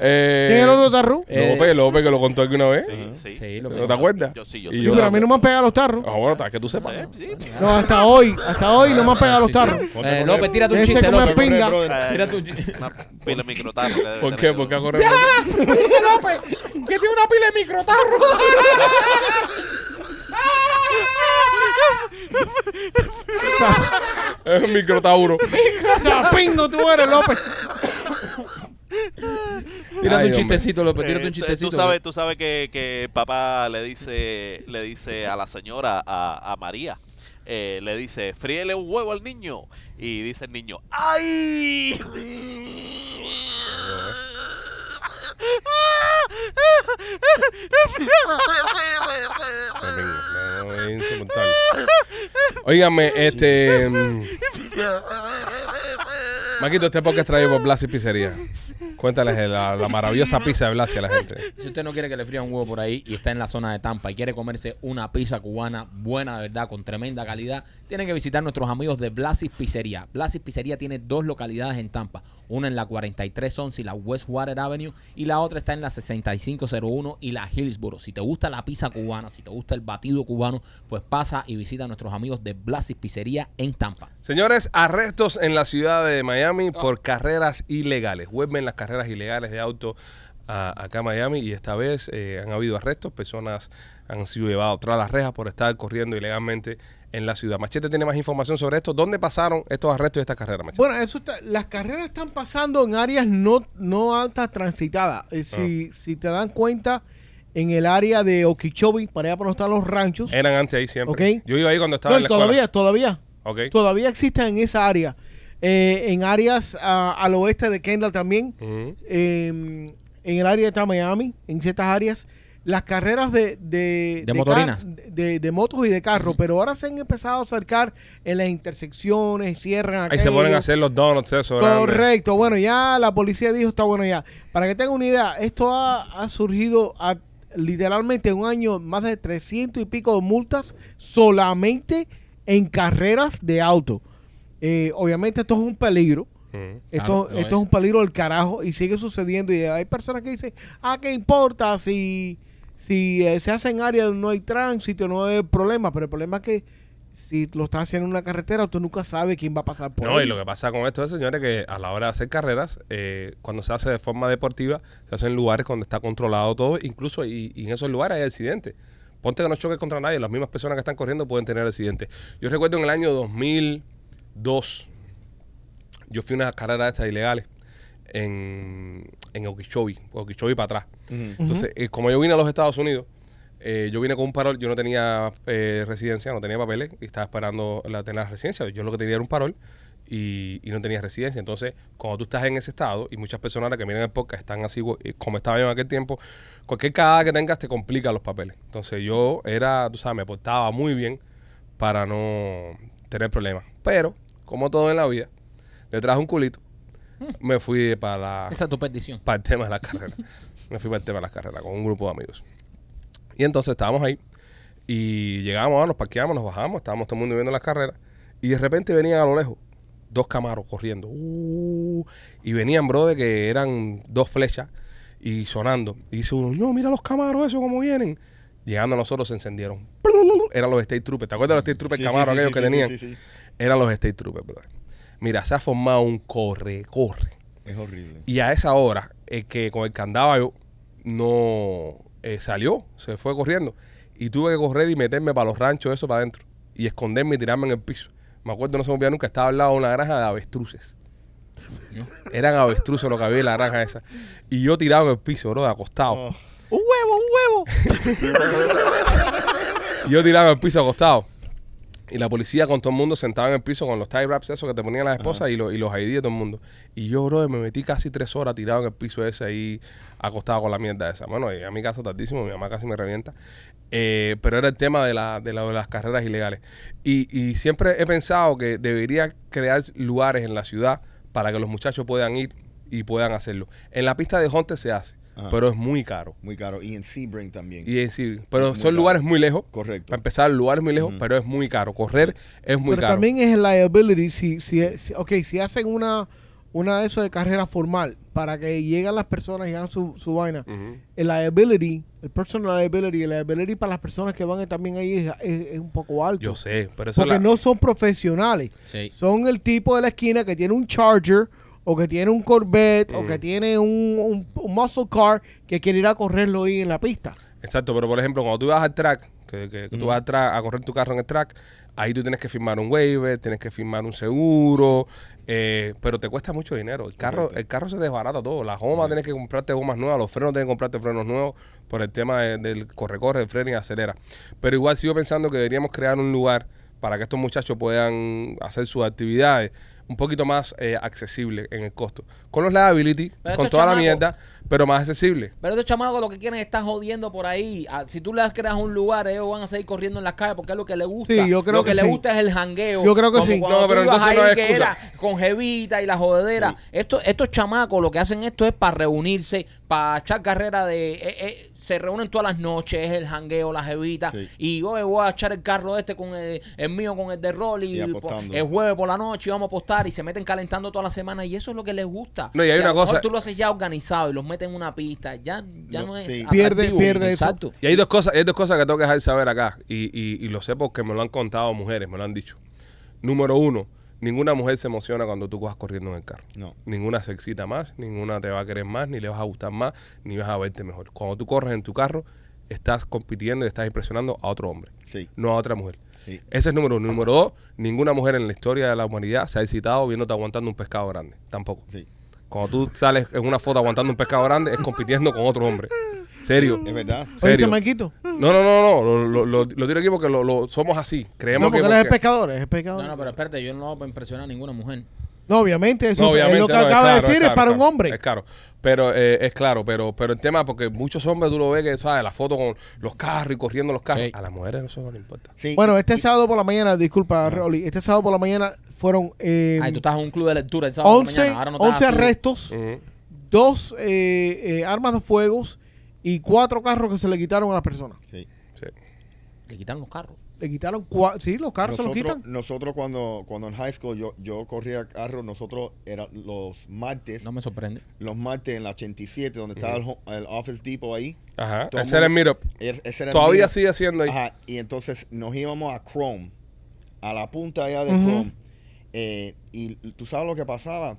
Eh, ¿quién es el otro tarro? Eh, López, López, que lo contó aquí una vez. Sí, sí. Sí, lo ¿No te acuerdas? Yo sí, yo Y sí. Sí, pero a mí también. no me han pegado los tarros. Ah, bueno, está, que tú sepas. ¿no? Sí, sí. No, hasta hoy, hasta hoy no me han pegado los tarros. Ponte Eh, con López, él. tírate un Ese chiste, come López. pi- pinga. brother. Tira tu una pila de microtarro que debe ¿Por tener qué? yo. ¿Por qué correr? López, que tiene una pila de microtarro. Es un microtauro. Pingo tú eres, López. Tírate Ay, un hombre. chistecito, López, Eh, tírate un tú- chistecito. Tú sabes, tú sabes que, que papá le dice, le dice a la señora, a, a María, eh, le dice, fríele un huevo al niño. Y dice el niño, ¡ay! Domingo, no, no, es insoportable. Óigame, este. mm, Maquito, este podcast traído por Blas y Pizzería. Cuéntales la, la maravillosa pizza de Blasi a la gente. Si usted no quiere que le fría un huevo por ahí y está en la zona de Tampa y quiere comerse una pizza cubana buena de verdad, con tremenda calidad, tiene que visitar nuestros amigos de Blasis Pizzería. Blasis Pizzería tiene dos localidades en Tampa, una en la 4311 y la Westwater Avenue y la otra está en la 6501 y la Hillsboro. Si te gusta la pizza cubana, si te gusta el batido cubano, pues pasa y visita a nuestros amigos de Blasis Pizzería en Tampa. Señores, arrestos en la ciudad de Miami por carreras ilegales. Vuelven las carreras ilegales de auto a- acá a Miami y esta vez eh, han habido arrestos. Personas han sido llevadas tras las rejas por estar corriendo ilegalmente en la ciudad. Machete tiene más información sobre esto. ¿Dónde pasaron estos arrestos y estas carreras, Machete? Bueno, eso está- las carreras están pasando en áreas no, no altas transitadas. Eh, si, Ah. si te dan cuenta, en el área de Okeechobee, para allá por donde están los ranchos. Eran antes ahí siempre. Ok. Yo iba ahí cuando estaba No, en la escuela. todavía, todavía. Ok. Todavía existen en esa área. Eh, en áreas ah, al oeste de Kendall también. Ujú. eh, en el área de Miami, en ciertas áreas, las carreras de, de, De car- motorinas. de, de motos y de carros, pero ahora se han empezado a acercar en las intersecciones, cierran Ahí se aquello. ponen a hacer los donuts, eso. grande. Correcto, bueno, ya la policía dijo está bueno ya. Para que tengan una idea, esto ha, ha surgido a- literalmente en un año más de 300 y pico de multas solamente en carreras de auto. Eh, obviamente esto es un peligro. Ujú. Esto, Claro, lo esto es es. un peligro del carajo y sigue sucediendo. Y hay personas que dicen, ah, ¿qué importa si, si eh, se hace en área donde no hay tránsito, no hay problema? Pero el problema es que si lo estás haciendo en una carretera, tú nunca sabes quién va a pasar por No, ahí. y lo que pasa con esto es, señores, que a la hora de hacer carreras, eh, cuando se hace de forma deportiva, se hace en lugares donde está controlado todo, incluso y, y en esos lugares hay accidentes. Ponte que no choques contra nadie, las mismas personas que están corriendo pueden tener accidentes. Yo recuerdo en el año 2002, yo fui a una carrera de estas ilegales en, en Okeechobee, Okeechobee para atrás. Entonces, eh, como yo vine a los Estados Unidos, eh, yo vine con un parol, yo no tenía eh, residencia, no tenía papeles y estaba esperando la, tener la residencia. Yo lo que tenía era un parol y, y no tenía residencia. Entonces, cuando tú estás en ese estado y muchas personas ahora que miran el podcast están así, güey, eh, como estaba yo en aquel tiempo, cualquier cagada que tengas te complica los papeles. Entonces, yo era, tú sabes, me portaba muy bien para no tener problemas. Pero, como todo en la vida, detrás de un culito, me fui para Esa es tu petición. para el tema de la carrera. Me fui para el tema de la carrera con un grupo de amigos. Y entonces estábamos ahí y llegamos, ah, nos parqueamos, nos bajamos, estábamos todo el mundo viendo la carrera. Y de repente venían a lo lejos dos camaros corriendo. Uh, y venían, brother, que eran dos flechas y sonando. Y dice uno, no, mira los camaros, eso como vienen. Llegando a nosotros se encendieron. Eran los State Troopers. ¿Te acuerdas de los State Troopers Sí, sí, camaros sí, aquellos sí, que sí, tenían? sí, sí. Eran los State Troopers, brother. Mira, se ha formado un corre, corre. Es horrible. Y a esa hora, el que con el candado no eh, salió, se fue corriendo. Y tuve que correr y meterme para los ranchos, eso para adentro. Y esconderme y tirarme en el piso. Me acuerdo, no se me olvida nunca, estaba al lado de una granja de avestruces. Eran avestruces lo que había en la granja esa. Y yo tirado en el piso, bro, acostado. Oh. ¡Un huevo, un huevo! Y yo tirado en el piso acostado. Y la policía con todo el mundo sentado en el piso con los tie wraps esos que te ponían las esposas y, los- y los ID de todo el mundo. Y yo, bro, me metí casi tres horas tirado en el piso ese ahí acostado con la mierda esa. Bueno, llegué a mi casa tardísimo, mi mamá casi me revienta. Eh, pero era el tema de, la, de, la- de las carreras ilegales. Y, y siempre he pensado que debería crear lugares en la ciudad para que los muchachos puedan ir y puedan hacerlo. En la pista de Honte se hace, Ajá. pero es muy caro. Muy caro. Y en Sebring también. Y es decir, pero muy son caro. lugares muy lejos. Correcto. Para empezar, lugares muy lejos, pero es muy caro. Correr es muy pero caro. también es el liability. Si, si, si- ok, si hacen una, una de eso de carrera formal para que lleguen las personas y hagan su, su vaina, Ujú. el liability, el personal liability, el liability para las personas que van a- también ahí es, es- es un poco alto. Yo sé, pero eso porque la- no son profesionales. Sí. Son el tipo de la esquina que tiene un Charger o que tiene un Corvette o que tiene un, un- un muscle car que quiere ir a correrlo ahí en la pista. Exacto, pero por ejemplo, cuando tú vas al track, que, que- que tú vas al track, a correr tu carro en el track, ahí tú tienes que firmar un waiver, tienes que firmar un seguro, eh, pero te cuesta mucho dinero. El carro el carro se desbarata todo. La goma tienes que comprarte gomas nuevas, los frenos tienes que comprarte frenos nuevos por el tema de- del corre-corre, el freno y acelera. Pero igual sigo pensando que deberíamos crear un lugar para que estos muchachos puedan hacer sus actividades un poquito más eh, accesible en el costo. Con los liability, Pero con estos toda la chamacos- mierda, pero más accesible. Pero estos chamacos lo que quieren es estar jodiendo por ahí. Ah, Si tú les creas un lugar, ellos van a seguir corriendo en las calles porque es lo que les gusta. Sí, yo creo lo que que, les sí. gusta es el jangueo. Yo creo que Como sí. cuando No, tú pero ibas entonces ahí no es que excusa. era con jevita y la jodedera. Estos, estos chamacos lo que hacen esto es para reunirse, para echar carrera de... eh, eh, se reúnen todas las noches, el jangueo, la jevita. Sí. Y hoy voy a echar el carro este con el, el mío, con el de Rolly. Y el- apostando. el jueves por la noche y vamos a apostar y se meten calentando toda la semana y eso es lo que les gusta. No, y hay Si a una lo mejor cosa- tú lo haces ya organizado y los metes en una pista, ya, ya Lo- no es. sí. Pierde- atractivo. pierde eso. Exacto. Y hay dos cosas, hay dos cosas que tengo que dejar saber acá. Y, y- y lo sé porque me lo han contado mujeres, me lo han dicho. Número uno, ninguna mujer se emociona cuando tú vas corriendo en el carro. No. Ninguna se excita más, ninguna te va a querer más, ni le vas a gustar más, ni vas a verte mejor. Cuando tú corres en tu carro, estás compitiendo y estás impresionando a otro hombre, Sí. no a otra mujer. Sí. Ese es número uno. Número dos, ninguna mujer en la historia de la humanidad se ha excitado viéndote aguantando un pescado grande. Tampoco. Sí. Cuando tú sales en una foto aguantando un pescado grande, es compitiendo con otro hombre. Serio. Es verdad. Serio. Oíste, Marquito. No, no, no, no. Lo, lo, lo- lo tiro aquí porque lo, lo- somos así. No, Creemos porque que. él es porque- pescador, es pescador. No, no, pero espérate, yo no voy a impresionar a ninguna mujer. No, obviamente, eso No, es lo obviamente que no, es acaba de claro, decir, es, claro, para un claro, hombre. Es claro. Pero eh, es claro, pero, pero el tema, porque muchos hombres tú lo ves que, ¿sabes? La foto con los carros y corriendo los carros. Sí. A las mujeres eso no le importa. Sí. Bueno, este sábado por la mañana, disculpa, Rolly, este sábado por la mañana fueron eh, Ay, Ah, tú estás en un club de lectura el sábado por la 11, mañana, ahora no te 11 hagas tú. arrestos, Ujú. dos eh, eh, armas de fuego y cuatro carros que se le quitaron a las personas. Sí. Sí. Le quitaron los carros. Le quitaron cuatro, sí, los carros se los Nosotros, quitan. nosotros cuando, cuando en high school yo, yo corría carro, nosotros era los martes, No me sorprende. los martes en la 87, donde estaba el ho- el, Office Depot ahí. Ajá. Todo Ese era el mundo- meetup. er- ese era el Todavía meetup. sigue siendo ahí. Ajá, y entonces nos íbamos a Chrome, a la punta allá de Ujú. Chrome. eh, y tú sabes lo que pasaba,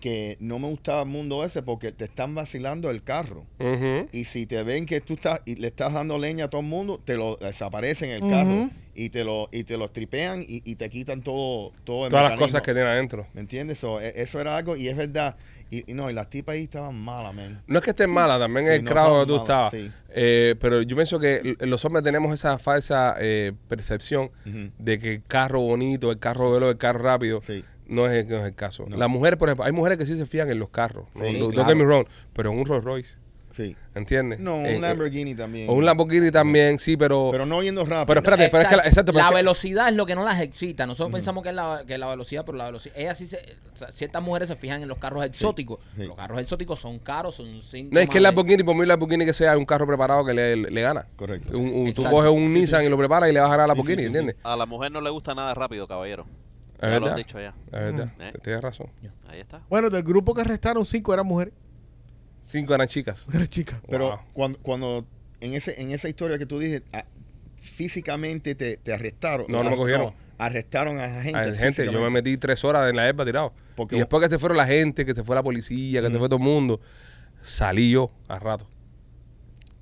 que no me gustaba el mundo ese porque te están vacilando el carro. Ujú. Y si te ven que tú estás y le estás dando leña a todo el mundo, te lo desaparecen el carro Ujú. y te lo y te lo tripean y, y te quitan todo todo el Todas las mecanismo. cosas que tiene adentro. ¿Me entiendes? So, e- eso era algo y es verdad. Y, y no, y las tipas ahí estaban malas, man. No es que estés mala, también Sí, es el no crowd estamos que tú malos, estabas. sí. Eh, pero yo pienso que l- los hombres tenemos esa falsa eh, percepción Ujú. de que el carro bonito, el carro velo, el carro rápido, Sí. no, es, no es el caso. No. Las mujeres, por ejemplo, hay mujeres que sí se fían en los carros. No, Sí, no- claro. Don't get me wrong, pero en un Rolls Royce, Sí. ¿entiendes? No, un Eh, eh, Lamborghini también. O un Lamborghini también, sí, pero... Pero no yendo rápido. Pero espérate, pero es que la- exacto, pero la es que- velocidad es lo que no las excita. Nosotros pensamos que es la, que es la velocidad, pero la velocidad. Ellas sí se, o sea, ciertas mujeres se fijan en los carros exóticos. sí. Los carros exóticos son caros, son un síntoma no, es que el de- Lamborghini, por muy Lamborghini que sea, es un carro preparado que le, le gana. Correcto. Un- un- tú Exacto. coges un Nissan y lo preparas y le vas a ganar a Lamborghini, sí, sí, sí. ¿entiendes? A la mujer no le gusta nada rápido, caballero. Es Ya lo verdad. has dicho ya. Es verdad. Eh. Tienes razón. Ahí está. Bueno, del grupo que arrestaron, cinco eran mujeres. Cinco eran chicas. Eran chicas. Pero Wow. cuando, cuando en, ese, en esa historia que tú dices, a- físicamente te, te arrestaron. No, no me Ar- cogieron. arrestaron a gente. Hay gente, yo me metí tres horas en la EPA tirado. Porque- y después que se fueron la gente, que se fue la policía, que se fue todo el mundo, salí yo a rato.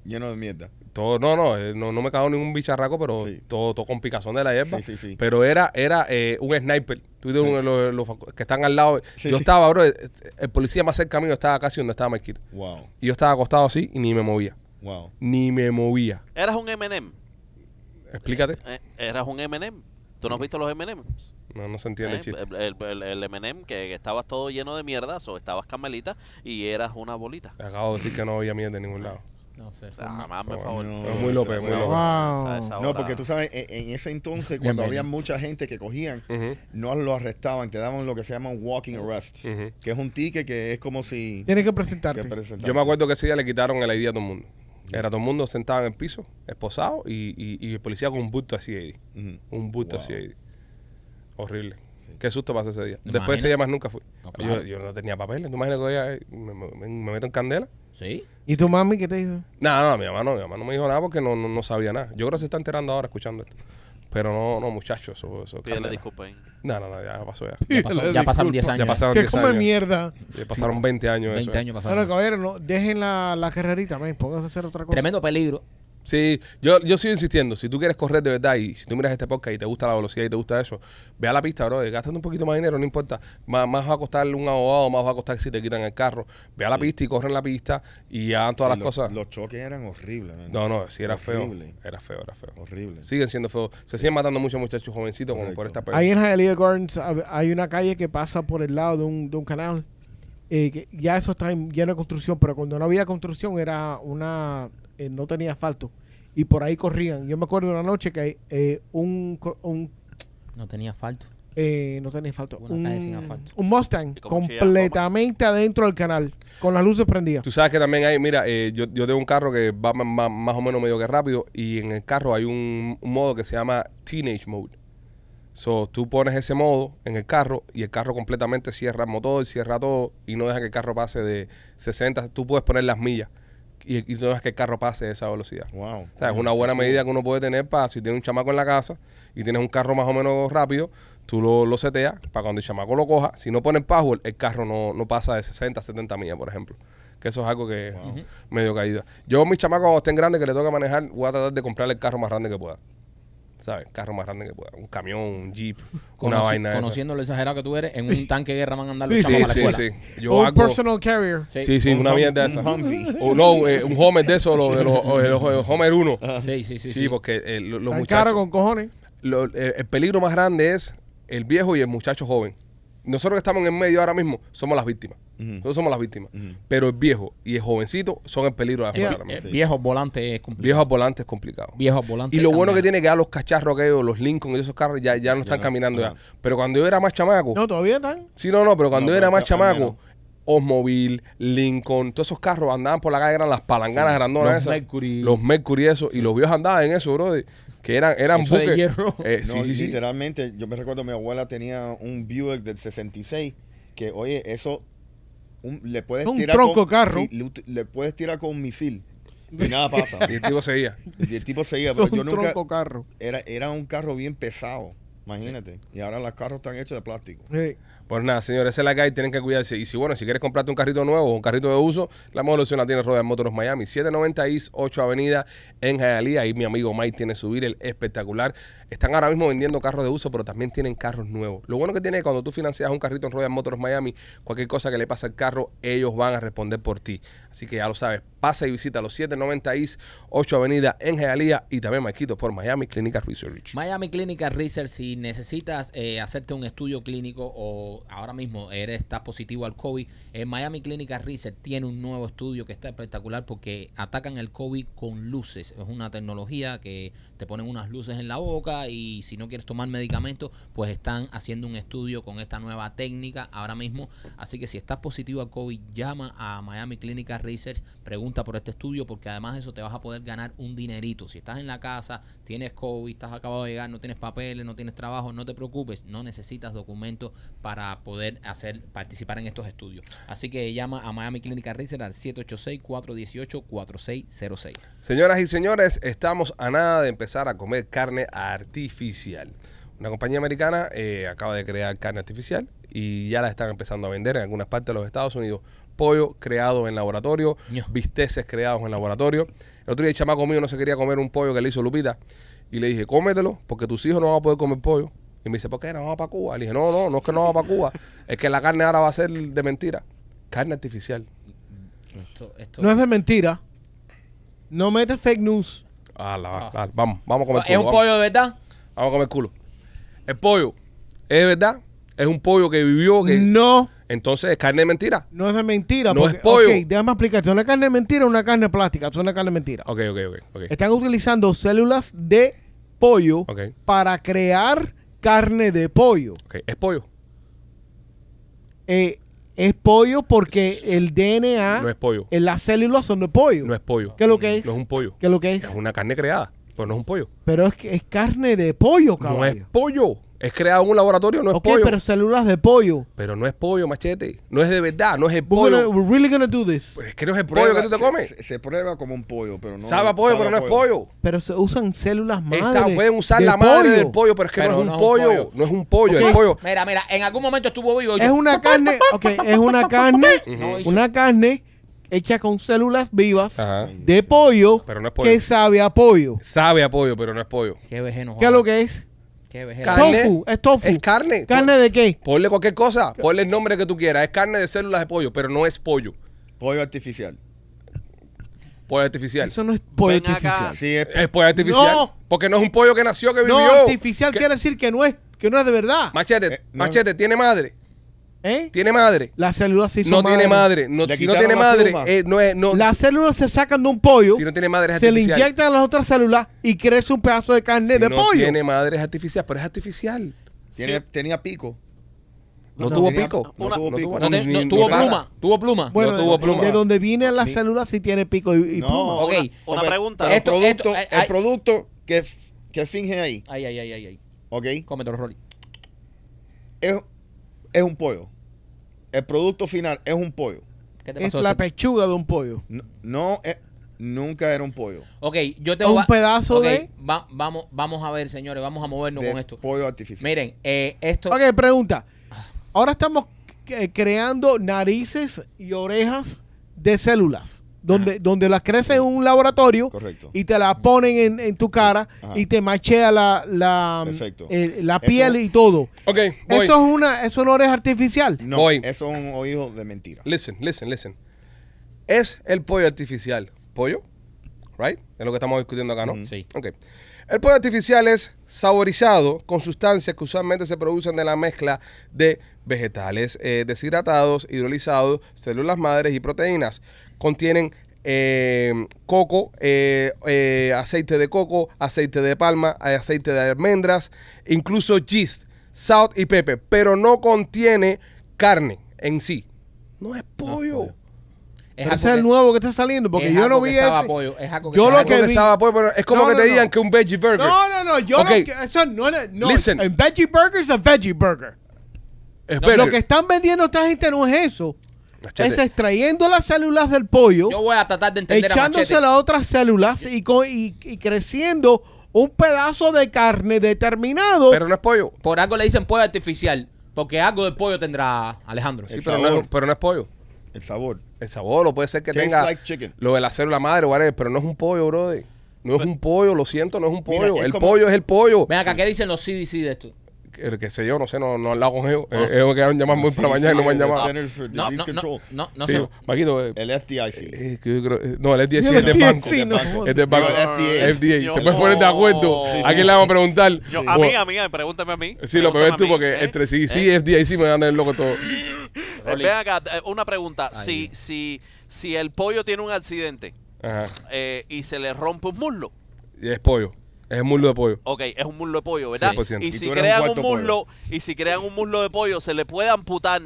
Lleno de mierda. Todo, no, no, eh, no, no me cagó ningún bicharraco, pero Sí. todo, todo con picazón de la hierba. Sí, sí, sí. Pero era, era eh, un sniper. Tú dices, uno de los, los que están al lado. Sí, yo sí. estaba, bro, eh, el policía más cerca mío estaba casi donde estaba Marquito. Wow, Y yo estaba acostado así y ni me movía. wow. Ni me movía. Eras un M&M. Explícate. Eh, eras un M&M. ¿Tú no has visto los M&M's? No, no se entiende Eh, el chiste. el el- el M&M que, que estabas todo lleno de mierda, o estabas camelita y eras una bolita. Acabo de decir que no había mierda en ningún lado. No sé. O sea, forma- mamá, por no, favor. no, Es muy López, muy Wow. López. Ah. O sea, Wow. esa No, hora- porque tú sabes, en, en ese entonces, cuando había mucha gente que cogían, Ujú. no lo arrestaban, te daban lo que se llama un walking arrest, Ujú. que es un ticket que es como si... Tienes que que presentarte. presentarte. Yo me acuerdo que ese día le quitaron el ID a todo el mundo. Era todo el mundo sentado en el piso, esposado, y, y- y el policía con un bulto así ahí. Ujú. Un bulto Wow. así ahí. Horrible. Qué susto pasé ese día. Después de imaginas? ese día más nunca fui. No, yo, claro. yo no tenía papeles. ¿Tú imaginas que hoy eh, me, me- me meto en candela? Sí. ¿Y tu mami qué te hizo? No, no, mi mamá no. Mi mamá no me dijo nada porque no, no, no sabía nada. Yo creo que se está enterando ahora escuchando esto. Pero no, no, muchachos. Eso, eso es Pídele ¿eh? candela. disculpen. No, no, no, ya pasó ya. Ya, pasó- ya pasaron 10 años. Ya pasaron Que 10 come años. mierda. Ya pasaron 20 años. de 20 eso, eh. años Bueno, pasaron. caballero, no, dejen la, la carrerita, man, pónganse a hacer otra cosa. Tremendo peligro. Sí, yo, yo sigo insistiendo. Si tú quieres correr de verdad y si tú miras este podcast y te gusta la velocidad y te gusta eso, ve a la pista, bro. Gastando un poquito más de dinero, no importa. Más, más va a costar un abogado, más va a costar si te quitan el carro. Ve a la pista y corre en la pista y hagan todas Sí, las los- cosas. Los choques eran horribles, man. no, no, sí era feo. Horrible. Era feo, era feo. Horrible. Siguen siendo feos. Se siguen matando muchos muchachos jovencitos como por Correcto. esta Ahí en Hialeah Gardens hab- hay una calle que pasa por el lado de un, de un canal. eh, que ya eso está en- lleno de construcción, pero cuando no había construcción era una... eh, no tenía asfalto. Y por ahí corrían. Yo me acuerdo una noche que eh, un... co- un No tenía asfalto. eh, no tenía asfalto. Una un, calle sin asfalto. un Mustang ¿Y cómo chillaba? completamente adentro del canal, con las luces prendidas. Tú sabes que también hay, mira, eh, yo, yo tengo un carro que va ma- ma- más, o menos medio que rápido y en el carro hay un, un modo que se llama Teenage Mode. So, tú pones ese modo en el carro y el carro completamente cierra el motor, cierra todo y no deja que el carro pase de 60. Tú puedes poner las millas y, y no dejas que el carro pase de esa velocidad. Wow. O sea, es una buena medida que uno puede tener para si tienes un chamaco en la casa y tienes un carro más o menos rápido, tú lo, lo seteas para cuando el chamaco lo coja. Si no pones password, el carro no, no pasa de 60, 70 millas, por ejemplo. Que eso es algo que es medio caída. Yo, mis chamacos, cuando estén grandes que le toca manejar, voy a tratar de comprarle el carro más grande que pueda. ¿Sabes? Carro más grande que pueda. Un camión, un jeep, una Conoci- vaina. de esas. Conociendo lo exagerado que tú eres, en un tanque de guerra van a andar los Sí, chamos sí, a la sí, escuela. sí. Yo un hago. personal carrier. Sí. Sí, sí, Un una hum- mierda de un esa. Humvee. O no, eh, un Homer de eso, lo, de los- o de los- o de los Homer 1. Sí, Ah, sí, Sí, sí. sí. porque eh, lo- los Tan muchachos. caro con cojones. lo- el, el peligro más grande es el viejo y el muchacho joven. Nosotros que estamos en el medio ahora mismo somos las víctimas. Nosotros somos las víctimas. Pero el viejo y el jovencito son el peligro de afuera. Yeah. ahora mismo. Eh, Viejos volantes es complicado. Viejos volantes es complicado. Viejos volantes. Y lo bueno que también. tiene que ya los cacharros aquellos, los Lincoln y esos carros ya, ya no están no, caminando ajá. ya. Pero cuando yo era más chamaco, No, todavía están. Sí, no, no, pero cuando No, yo pero era más ca- al menos. chamaco, Osmobile, Lincoln, todos esos carros andaban por la calle, eran las palanganas grandonas Los esas. Mercury. Los Mercury, eso. Y los viejos andaban en eso, bro. Que eran, eran Eso de buques. hierro. Eh, No, sí, sí, sí. literalmente, yo me recuerdo mi abuela tenía un Buick del 66 que, oye, eso un- le puedes Un tirar tronco con, carro. sí, le, le puedes tirar con un misil y nada pasa. Y el tipo seguía. y el tipo seguía, Son pero un yo nunca tronco carro. era era un carro bien pesado, imagínate. Y ahora los carros están hechos de plástico. Sí. Pues nada, señores, esa es la calle, tienen que cuidarse. Y si bueno, si quieres comprarte un carrito nuevo o un carrito de uso, la mejor opción la tiene Royal Motors Miami. 790 East 8 Avenida en Hialeah. Ahí mi amigo Mike tiene su el espectacular. Están ahora mismo vendiendo carros de uso, pero también tienen carros nuevos. Lo bueno que tiene es que cuando tú financias un carrito en Royal Motors Miami, cualquier cosa que le pase al carro, ellos van a responder por ti. Así que ya lo sabes, pasa y visita los 790 East 8 Avenida en Hialeah y también Maikito por Miami Clinical Research. Miami Clinical Research, si necesitas eh, hacerte un estudio clínico o o ahora mismo eres, estás positivo al COVID, en Miami Clinical Research tiene un nuevo estudio que está espectacular porque atacan el COVID con luces. Es una tecnología que te ponen unas luces en la boca y si no quieres tomar medicamentos, pues están haciendo un estudio con esta nueva técnica ahora mismo. Así que si estás positivo al COVID, llama a Miami Clinical Research, pregunta por este estudio porque además eso te vas a poder ganar un dinerito. Si estás en la casa, tienes COVID, estás acabado de llegar, no tienes papeles, no tienes trabajo, no te preocupes, no necesitas documentos para poder hacer participar en estos estudios. Así que llama a Miami Clinical Research al 786-418-4606. Señoras y señores, estamos a nada de empezar a comer carne artificial. Una compañía americana eh, acaba de crear carne artificial y ya la están empezando a vender en algunas partes de los Estados Unidos. Pollo creado en laboratorio, Ño. bisteces creados en laboratorio. El otro día el chamaco mío no se quería comer un pollo que le hizo Lupita y le dije, cómetelo porque tus hijos no van a poder comer pollo. Y me dice, ¿por qué no va para Cuba? Le dije, no, no, no es que no va para Cuba, es que la carne ahora va a ser de mentira. Carne artificial. Esto, esto No es de mentira. No metes fake news. Ah, la, ah, vamos, vamos a comer es culo, un vamos. pollo, ¿verdad? Vamos a comer culo. El pollo, ¿es verdad? Es un pollo que vivió. Que... No, Entonces es carne de mentira. no es de mentira. No es pollo. ok, déjame explicarte. Una carne de mentira es una carne plástica. Es una carne de mentira. Ok, ok, ok. okay. Están utilizando células de pollo Ok. para crear carne de pollo. ok. Es pollo. Eh, es pollo porque el DNA No es pollo. en las células son de pollo. No es pollo. ¿Qué es lo que es? No es un pollo. ¿Qué es lo que es? Es una carne creada, pero no es un pollo. Pero es que es carne de pollo, caballo. No es pollo. Es creado en un laboratorio, no es ok, pollo. pero Pero... células de pollo. no es pollo, machete. No es de verdad, no es el We're, gonna- pollo. we're really gonna do this. Pero es que no es el Prueba- pollo que tú te se- comes. Se, se prueba como un pollo, pero no. Sabe a pollo, pero no es pollo. Pero se usan células madre. Está, pueden usar de la madre del pollo, pero es que Pero no es un pollo. No es un pollo, Ok. el pollo. Mira, mira, en algún momento estuvo vivo. y Es yo- una carne, ok, es una carne, No hizo. una carne hecha con células vivas Ajá. de pollo, Pero no es pollo. que sabe a pollo. Sabe a pollo, pero no es pollo. Qué vejeno, ¿Qué es lo que es? Qué vejeno. Carne. Tofu, es tofu. Es carne. ¿Carne de qué? Ponle cualquier cosa, ponle el nombre que tú quieras. Es carne de células de pollo, pero no es pollo. Pollo artificial. Pollo artificial. Eso no es pollo Ven acá. Ah. artificial. Sí, es. Es pollo artificial. No. Porque no es un pollo que nació, que No, vivió. artificial Que- quiere decir que no es, que no es de verdad. Machete, Eh, no. machete, tiene madre. ¿Eh? Tiene madre. Las células sí No son tiene madre. No, Le si no quitaron tiene la madre, pluma. eh, no es. No, Las células se sacan de un pollo, si no tiene madre es se le artificial. inyectan a las otras células y crece un pedazo de carne Si de no pollo. tiene madre es artificial, pero es artificial. Tiene- Tenía pico. No, No, tuvo tenía- pico. no tuvo pico. No, te- ni- no, ni- tuvo ni nada. pluma. Tuvo pluma. Bueno, No tuvo de- pluma. de donde vienen las Ni- células sí tiene pico y, y No. pluma. Ok. Una Ok, pregunta. pero Esto- el esto- producto, ay, el ay. producto que, f- que finge ahí, Ay, ay, ay, ay, ay. ¿ok? Cómetelo, Rolly. Es, es un pollo. El producto final es un pollo. ¿Qué te Es pasó? la Eso- pechuga de un pollo. No, no es- nunca era un pollo. ok, yo te Es voy un a- pedazo ok, de- va- vamos, vamos a ver, señores. Vamos a movernos de con esto. Pollo artificial. Miren, eh, esto. Ok, pregunta. Ahora estamos eh, creando narices y orejas de células. Donde, donde las crecen en un laboratorio Correcto. y te la ponen en, en tu cara Ajá. y te machea la, la, Perfecto. eh, la Eso- piel y todo. Ok, voy. Eso es una, eso no es artificial. no, Voy. eso es un oído de mentira. Listen, listen, listen. Es el pollo artificial. ¿Pollo? ¿Right? Es lo que estamos discutiendo acá, ¿no? Sí. Ok. El pollo artificial es saborizado con sustancias que usualmente se producen de la mezcla de vegetales eh, deshidratados, hidrolizados, células madres y proteínas. Contienen eh, coco, eh, eh, aceite de coco, aceite de palma, eh, aceite de almendras, incluso yeast, salt y pepe, pero no contiene carne en sí. No es pollo. pollo. Ese es algo el que- nuevo que está saliendo porque es yo no algo vi que sabe a ese. pollo, es algo que yo sabe lo a que Algo vi- que sabe a pollo, pero es como No, que no, te no. digan que un veggie burger. No, no, no, yo Ok. lo que- eso no, es- no, Listen. en veggie burger es a veggie burger. es Lo burger. que están vendiendo esta gente no es eso. Machete. Es extrayendo las células del pollo, Yo voy a tratar de entender a echándosela Machete. a otras células y, co- y- y creciendo un pedazo de carne determinado. Pero no es pollo. Por algo le dicen pollo artificial. Porque algo de pollo tendrá Alejandro. Sí, El pero no, es, sabor. pero no es pollo. El sabor. El sabor, o puede ser que Tastes tenga like chicken. lo de la célula madre, whatever, pero no es un pollo, brother. No es un pollo, lo siento, no es un Mira, pollo. es el como- pollo es el pollo. Ven acá, ¿qué dicen los CDC de esto? que, que sé yo, no sé, no, no he hablado con ellos. Eh, Ellos quedaron llamarme hoy para la mañana y no me han llamado. Center for No, Disease no, no, Control. no, no sí, sé. Maquito, eh, El FDIC. eh, que yo creo- eh, no, el FDIC Yo es el del banco. FDIC, no, Es del banco. No, el FDA. FDA. ¿Se Yo- puede poner de acuerdo? Sí, sí, ¿A quién sí. le vamos a preguntar? Yo, a O- mí, a mí, eh, pregúntame a mí. Sí, lo que Pregúntame ves a tú, mí, porque ¿eh? entre sí, sí, ¿Eh? FDA, sí me van a el loco todo. Eh, ven acá, eh, una pregunta. Si, si, si el pollo tiene un accidente Ajá. eh, y se le rompe un muslo, Y es pollo. Es muslo de pollo. ok, es un muslo de pollo, ¿verdad? 100%. Y Y si tú eres un crean un, cuarto muslo, y si crean un muslo de pollo, ¿se le puede amputar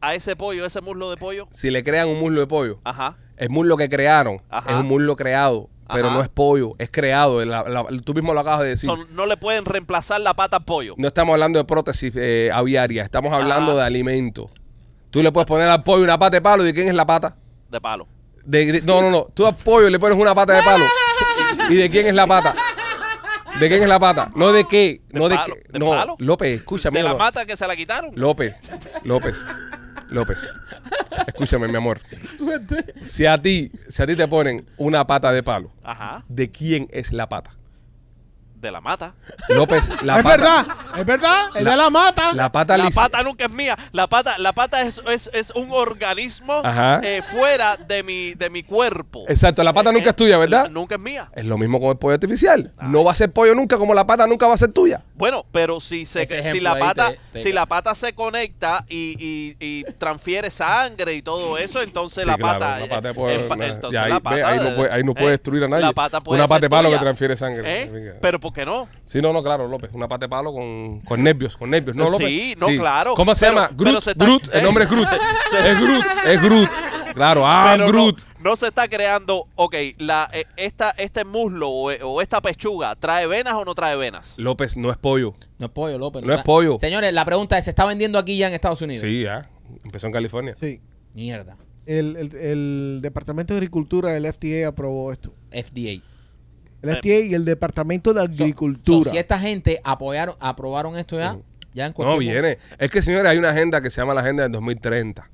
a ese pollo, ese muslo de pollo? Si le crean un muslo de pollo, Ajá. el muslo que crearon Ajá. es un muslo creado, pero Ajá. no es pollo, es creado. La- la- tú mismo lo acabas de decir. Son- no le pueden reemplazar la pata al pollo. No estamos hablando de prótesis eh, aviaria, estamos hablando Ajá. de alimento. Tú le puedes poner al pollo una pata de palo y ¿quién es la pata? De palo. De gri- no, no, no. Tú al pollo le pones una pata de palo. ¿Y de quién es la pata? ¿De quién es la pata? No de qué, no de, palo, qué. de no, palo. López, escúchame. de la Ló- mata que se la quitaron. López, López, López. Escúchame, mi amor. Si a ti, si a ti te ponen una pata de palo, Ajá. ¿de quién es la pata? De la mata. López, la es pata. verdad, es verdad, es de la mata. La pata la lisa. pata nunca es mía. La pata, la pata es, es- es un organismo Ajá. eh, fuera de mi, de mi cuerpo. Exacto, la pata Eh, nunca eh, es tuya, ¿verdad? la- nunca es mía. Es lo mismo con el pollo artificial. No va a ser pollo nunca, como la pata nunca va a ser tuya. Bueno, pero si se Ese si ejemplo la ahí pata te- te- si la pata se conecta y, y- y transfiere sangre y todo eso, entonces Sí, la claro, pata, la pata eh, puede- empa- no, entonces ya ahí- la ve, pata ahí no de- puede- ahí no puede destruir a nadie. La pata puede Una pata ser de palo que tuya. transfiere sangre. ¿Eh? Venga. Pero ¿por qué no? Sí, no, no, claro, López. Una pata de palo con, con nervios, con nervios. No, Sí, López. no, claro, ¿Cómo se pero- llama? pero Groot. se está- Groot. El ¿eh? nombre es Groot. es Groot. Es Groot. Claro, ah, Pero no- Groot. No, se está creando, ok, la, eh, esta, este muslo o, eh, o esta pechuga, ¿trae venas o no trae venas? López no es pollo. No es pollo, López. No es pollo. Señores, la pregunta es, ¿se está vendiendo aquí ya en Estados Unidos? Sí, ya. Empezó en California. Sí, Mierda. el, el- el Departamento de Agricultura del FDA aprobó esto. FDA. El FDA y el Departamento de So- Agricultura. so, si esta gente apoyaron, aprobaron esto ya, ya en cualquier No, viene. Es que, señores, hay una agenda que se llama la Agenda del 2030.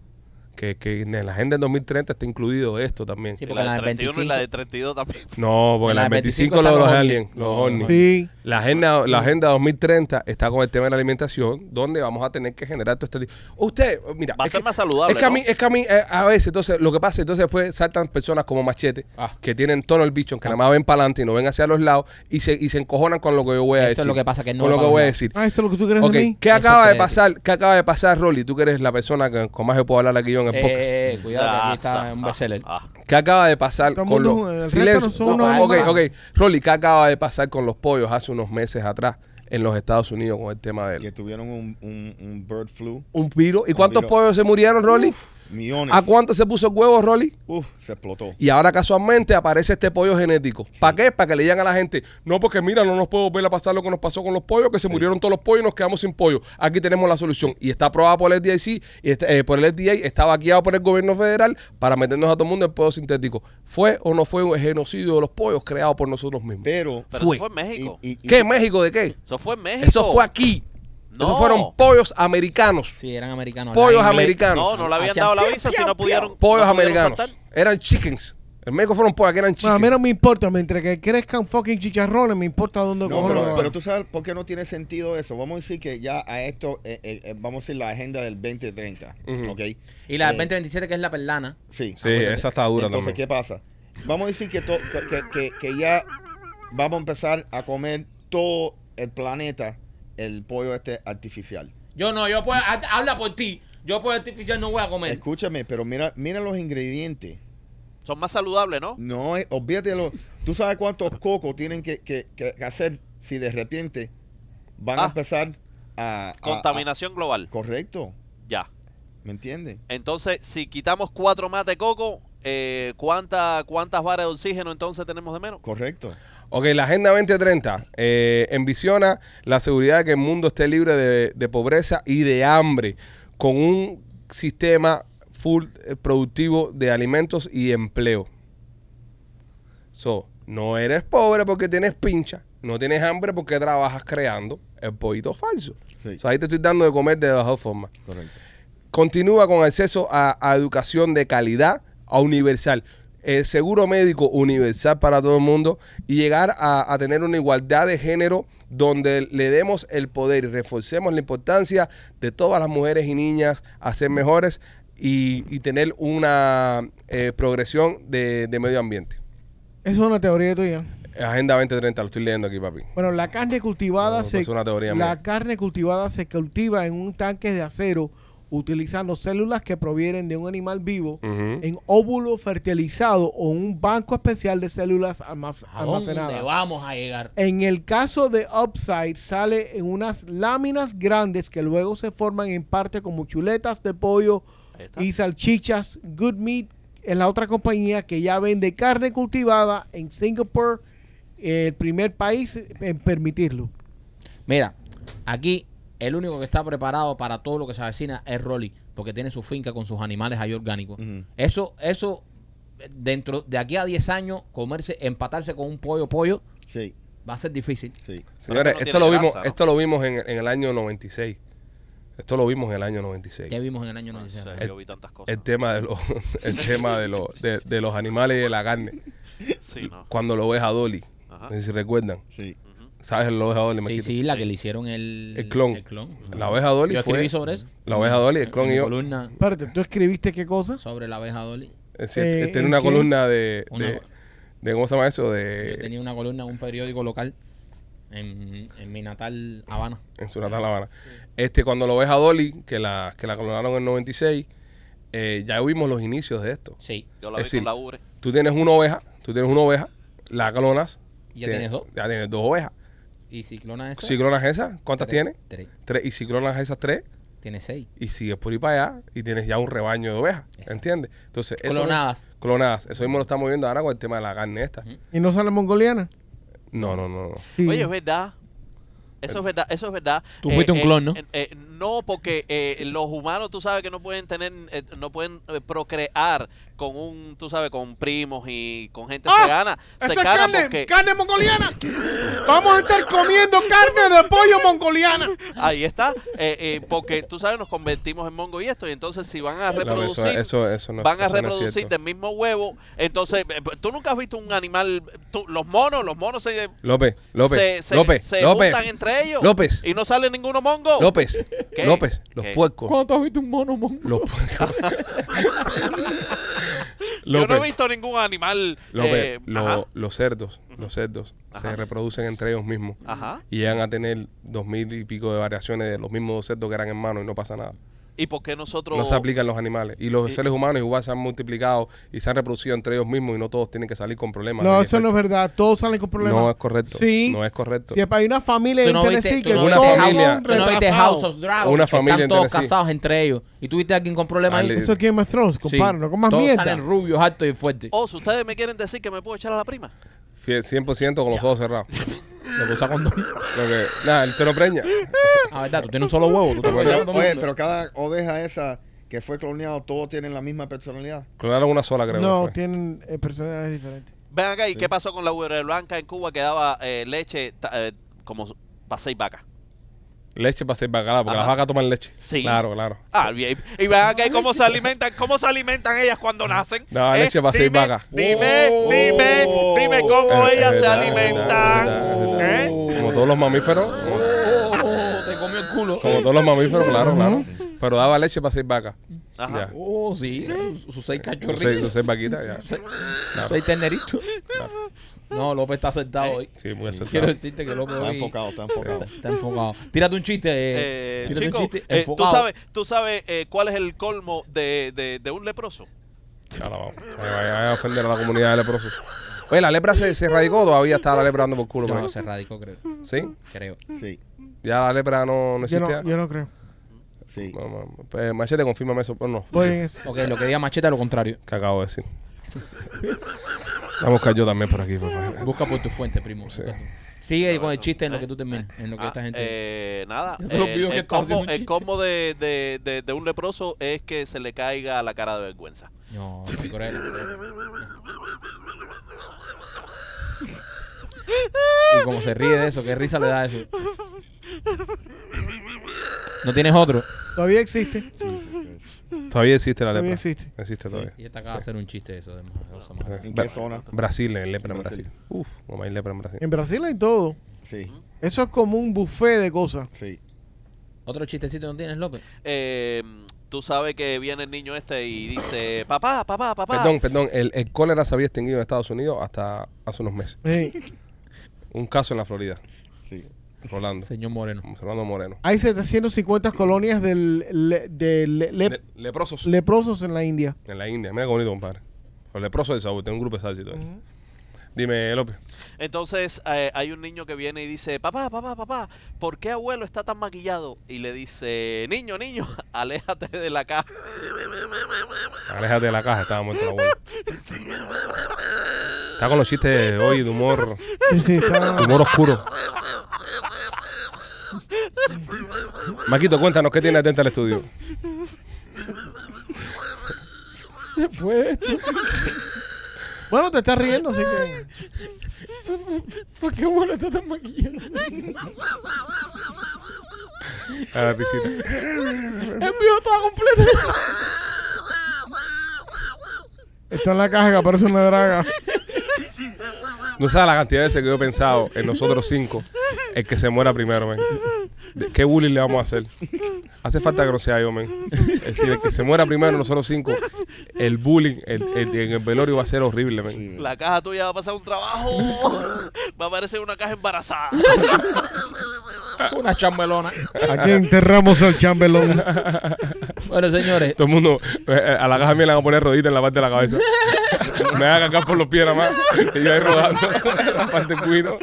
Que, que en la Agenda del 2030 está incluido esto también. Sí, Y porque la la de del 31 y la 25. de 32 también. No, porque En la la de 25 lo 25 de los están los aliens, ovnis. los No, ovnis. sí. La agenda, la agenda 2030 está con el tema de la alimentación, donde vamos a tener que generar todo este. li- Usted, mira, Va a es ser que- más saludable, Es que a ¿no? mí, es que a mí, eh, a veces, entonces, lo que pasa, entonces después saltan personas como Machete, Ah. que tienen tono el bicho, que nada más ven para adelante y no ven hacia los lados y se, y se encojonan con lo que yo voy a Eso es decir. lo que pasa, que no Con va lo que para voy a los decir. Ah, eso es lo que tú quieres Ok, de mí. ¿qué Eso acaba quiere de decir. pasar? ¿Qué acaba de pasar, Rolly? Tú que eres la persona que- con más que puedo hablar aquí yo en el Eh, podcast. eh, eh, cuidado, que aquí está Ah, un ah, bestseller. ah. ¿Qué acaba de pasar Todo el con mundo, el los resto silencio? no son No, unos ok, ok. animales. Rolly, ¿qué acaba de pasar con los pollos hace unos meses atrás en los Estados Unidos con el tema Que del tuvieron un, un, un bird flu. un virus? ¿Y Un cuántos virus. pollos se murieron, Rolly? Millones. ¿A cuánto se puso el huevo, Rolly? Uf, se explotó. Y ahora casualmente aparece este pollo genético. ¿Para qué? Para que le digan a la gente, no, porque mira, no nos puede volver a pasar lo que nos pasó con los pollos, que se murieron todos los pollos y nos quedamos sin pollo. Aquí tenemos la solución. Y está aprobada por el FDIC, y está- eh, por el FDA, está vaqueado por el gobierno federal para meternos a todo el mundo el pollo sintético. ¿Fue o no fue un genocidio de los pollos creado por nosotros mismos? Pero. Pero Fue. eso fue en México. y- y- y- ¿Qué? ¿México de qué? Eso fue en México. Eso fue aquí. No. Esos fueron pollos americanos. Sí, eran americanos. Pollos Hablaban inglés. americanos. No, no le habían Hacían dado la piu, visa piu, si no piu. pudieron. Pollos no pudieron americanos. saltar. Eran chickens. En México fueron pollos, aquí eran Bueno, chickens. a mí no me importa, mientras que crezcan fucking chicharrones, me importa dónde No, cojones pero, lo hagan. pero tú sabes por qué no tiene sentido eso. Vamos a decir que ya a esto, eh, eh, eh, vamos a decir la agenda del 2030. Ujú. ¿Ok? Y la del Eh, 2027, que es la perlana. Sí. ah, pues, Sí, esa está dura Entonces, también. ¿qué pasa? Vamos a decir que, to- que, que- que ya vamos a empezar a comer todo el planeta el pollo este artificial. Yo no, yo puedo. ha- Habla por ti. Yo puedo artificial no voy a comer. Escúchame, pero mira, mira los ingredientes. Son más saludables, ¿no? Ah, No, eh, olvídate de los... ¿Tú sabes cuántos cocos tienen que, que- que- que hacer si de repente van Ah. a empezar a... ah. a- Contaminación global. a- correcto, Ya. ¿me entiendes? Entonces, si quitamos cuatro más de coco, eh, ¿cuánta- ¿cuántas varas de oxígeno entonces tenemos de menos? Correcto. Ok, la Agenda 2030 eh, envisiona la seguridad de que el mundo esté libre de, de pobreza y de hambre con un sistema full eh, productivo de alimentos y empleo. So, no eres pobre porque tienes pincha, no tienes hambre porque trabajas creando el pollito falso. Sí. So, ahí te estoy dando de comer de las dos formas. Correcto. Continúa con acceso a, a educación de calidad, a universal. eh, seguro médico universal para todo el mundo y llegar a, a tener una igualdad de género donde le demos el poder y reforcemos la importancia de todas las mujeres y niñas a ser mejores y, y tener una eh, progresión de, de medio ambiente. Eso es una teoría tuya. Agenda 2030, lo estoy leyendo aquí, papi. Bueno, la carne cultivada No, pues se es una teoría la mía. carne cultivada se cultiva en un tanque de acero utilizando células que provienen de un animal vivo Ujú. en óvulo fertilizado o un banco especial de células almac- ¿A dónde almacenadas. vamos a llegar? En el caso de Upside sale en unas láminas grandes que luego se forman en parte como chuletas de pollo Ahí está. y salchichas. Good Meat es la otra compañía que ya vende carne cultivada en Singapur, el primer país en permitirlo. Mira, aquí el único que está preparado para todo lo que se avecina es Rolly, porque tiene su finca con sus animales ahí orgánicos. Ujú. Eso, eso, eh, dentro de aquí a 10 años, comerse, empatarse con un pollo pollo Sí, va a ser difícil. sí. Señores, no esto tiene lo vimos, grasa, ¿no? esto lo vimos en, en el año 96. Esto lo vimos en el año 96. Ya vimos en el año No sé, 96. yo vi tantas cosas. El tema de los, el tema de los, de, de los animales y de la carne. Sí, no. Cuando lo ves a Dolly, Ajá. no sé si recuerdan. Sí. ¿Sabes la oveja Dolly? Sí, Maquito? sí, la que le hicieron el, El clon. La oveja Dolly Yo fue- escribí sobre eso. La oveja Dolly, el clon Una y yo. columna Espérate, ¿tú escribiste qué cosa? sobre la abeja Dolly. Es cierto, Eh, él ¿en tenía una qué? columna de, Una- de, de- ¿Cómo se llama eso? Yo De. tenía una columna en un periódico local en, en mi natal Habana. En su natal Habana. Este, cuando lo ves a Dolly, que la, que la clonaron en 96, eh, ya vimos los inicios de esto. Sí. Yo la Es vi decir, con la ubre. Tú tienes una oveja, tú tienes una oveja, la clonas. Ya tienes- tienes dos. Ya tienes dos ovejas. ¿Y ciclona esa? Si clonas esas, ¿cuántas Tres, tienes? Tres. Tres. Y si clonas esas tres, Tiene seis. y sigues por ahí para allá, y tienes ya un rebaño de ovejas. Exacto. ¿Entiendes? Entonces, eso Clonadas. mismo- clonadas. Eso mismo lo estamos viendo ahora con el tema de la carne esta. Ujú. ¿Y no sale mongoliana? No, no, no, no. Sí. Oye, es verdad. Eso es verdad, eso es verdad. Tú fuiste un clon, ¿no? eh, eh, no, porque eh, los humanos, tú sabes que no pueden tener, eh, no pueden eh, procrear con un, tú sabes, con primos y con gente ¡Ah! cegana. ¡Eso es Cercana carne! porque- ¡Carne mongoliana! ¡Vamos a estar comiendo carne de pollo mongoliana! Ahí está, eh, eh, porque tú sabes, nos convertimos en mongo y esto, y entonces si van a No, reproducir, eso, eso, eso no van a eso no es reproducir cierto. del mismo huevo, entonces eh, tú nunca has visto un animal, tú- los monos, los monos se, López, López, se, se- López, se López, juntan entre ellos López. y no sale ninguno mongo. López, ¿Qué? López, los ¿Qué? puercos, ¿Cuándo tú has visto un mono, mon? los puercos. Yo no he López, visto ningún animal. López, eh, lo- ajá, los cerdos, los cerdos se Ajá. Ah. reproducen entre ellos mismos ajá. y llegan a tener dos mil y pico de variaciones de los mismos dos cerdos que eran hermanos y no pasa nada. ¿Y por qué nosotros? No se aplican los animales. Y los Y- seres humanos igual se han multiplicado y se han reproducido entre ellos mismos y no todos tienen que salir con problemas. No, de eso no es efecto. verdad. Todos salen con problemas. No es correcto. Sí. No es correcto. Si es para- hay una familia Tú en no Tennessee viste, tú que no una todos viste familia. House, son tú no viste retrasados. House of Dragons. Una que familia en Están todos Tennessee. casados entre ellos. ¿Y tú viste a alguien con problemas Ale- ahí? Eso es Game of Thrones, compadre. No comas todos mierda. salen rubios, altos y fuertes. Oh, si ustedes me quieren decir que me puedo echar a la prima. Fie- 100% con los ojos cerrados. Lo que usa condón. Lo que- nada, él te lo preña. Ah, verdad, tú tienes un solo huevo. Tú te puedes Oye, llevar todo el oye, mundo. pero cada oveja esa que fue cloneado, todos tienen la misma personalidad. Clonaron una sola, creo. No, que fue. tienen eh, personalidades diferentes. Ven acá, ¿y qué pasó con la ubre blanca en Cuba que daba eh, leche ta- eh, como para seis vacas? Leche para ser bacala, porque las Ajá. vacas toman leche. Sí. Claro, claro. Ah, bien. Y ven acá, ¿y ¿cómo se alimentan? ¿Cómo se alimentan ellas cuando nacen? Eh, Daba leche para seis dime, vacas. Dime, Oh. dime, dime Oh. cómo Es- es Oh, ellas se verdad, es alimentan. verdad, es verdad, es ¿Eh? verdad. Como todos los mamíferos. como- Oh, te comió el culo. Como todos los mamíferos, claro, claro. Pero daba leche para seis vacas. Ajá. Ya. Oh, sí. Sus seis Sus seis, sus cachorritos. seis vaquitas, ya. Seis- Seis terneritos. No, López está sentado hoy. Sí, muy Quiero acertado. decirte que López Está hoy enfocado, está enfocado. está enfocado. Tírate un chiste. Eh, Eh, tírate chico, un chiste eh, tú enfocado. sabes, tú sabes eh, cuál es el colmo de, de- de un leproso. Ya la vamos. Ahí va, ahí va a ofender a la comunidad de leprosos. Oye, la lepra se, se erradicó o todavía está la lepra dando por culo. No, man? se radicó, creo. ¿Sí? Creo. Sí, Ya la lepra no, no Yo existe. no, yo no creo. sí. No, no, pues, machete, confírmame eso. Pues no, Voy en eso. Ok, lo que diga Machete es lo contrario. que acabo de decir. Vamos a buscar yo también por aquí. pues, imagínate. Busca por tu fuente, primo. Sí. Sigue con el chiste en lo que tú terminas. En lo que Ah, esta gente. eh, nada. Ya se lo el- olvidó el, que estaba haciendo colmo, un el chiste. colmo de, de- de- de un leproso es que se le caiga la cara de vergüenza. No, qué cruel. Y como se ríe de eso, qué risa le da eso. ¿No tienes otro? Todavía existe. Todavía existe la lepra. Todavía existe. todavía. Y esta acaba de hacer un chiste de eso, de Rosa María. ¿En Bra- qué zona? Brasil, en lepra en En Brasil. Brasil. Uf, como hay lepra en Brasil. En Brasil hay todo. Sí, Eso es como un buffet de cosas. sí. ¿Otro chistecito no tienes, López? Eh, tú sabes que viene el niño este y dice, papá, papá, papá. Perdón, perdón, el, el cólera se había extinguido en Estados Unidos hasta hace unos meses. Sí. Un caso en la Florida, sí. Rolando. Señor Moreno. Rolando Moreno. Hay 750 colonias del, le- de le- le- Le- leprosos. leprosos en la India. en la India. Mira qué bonito, compadre. Los leprosos de Saúl, tengo un grupo de salsa y todo eso. Dime, López. Entonces eh, hay un niño que viene y dice, papá, papá, papá, ¿por qué abuelo está tan maquillado? Y le dice, niño, niño, aléjate de la caja. Aléjate de la caja, estaba muerto la abuela. Está con los chistes hoy de humor, Sí, sí, de está- humor oscuro. Maquito, cuéntanos qué tiene atenta el estudio. Después, Bueno, te estás riendo, así que. ¿por qué bueno está tan maquillado? A la risita. El mío estaba completo. Está en la caja que aparece una draga. No sabes la cantidad de veces que yo he pensado en nosotros cinco, el que se muera primero, men. De- ¿Qué bullying le vamos a hacer? Hace falta que no sea yo, men. Es decir, el que se muera primero, nosotros cinco, el bullying el, el- en el velorio va a ser horrible, men. La caja tuya va a pasar un trabajo. va a parecer una caja embarazada. Una chambelona. Aquí enterramos al chambelón. Bueno, señores, Todo el mundo, eh, eh, a la caja mía le van a poner rodita en la parte de la cabeza. Me van a cagar por los pies nada más. Y yo ahí rodando en la parte del cuino.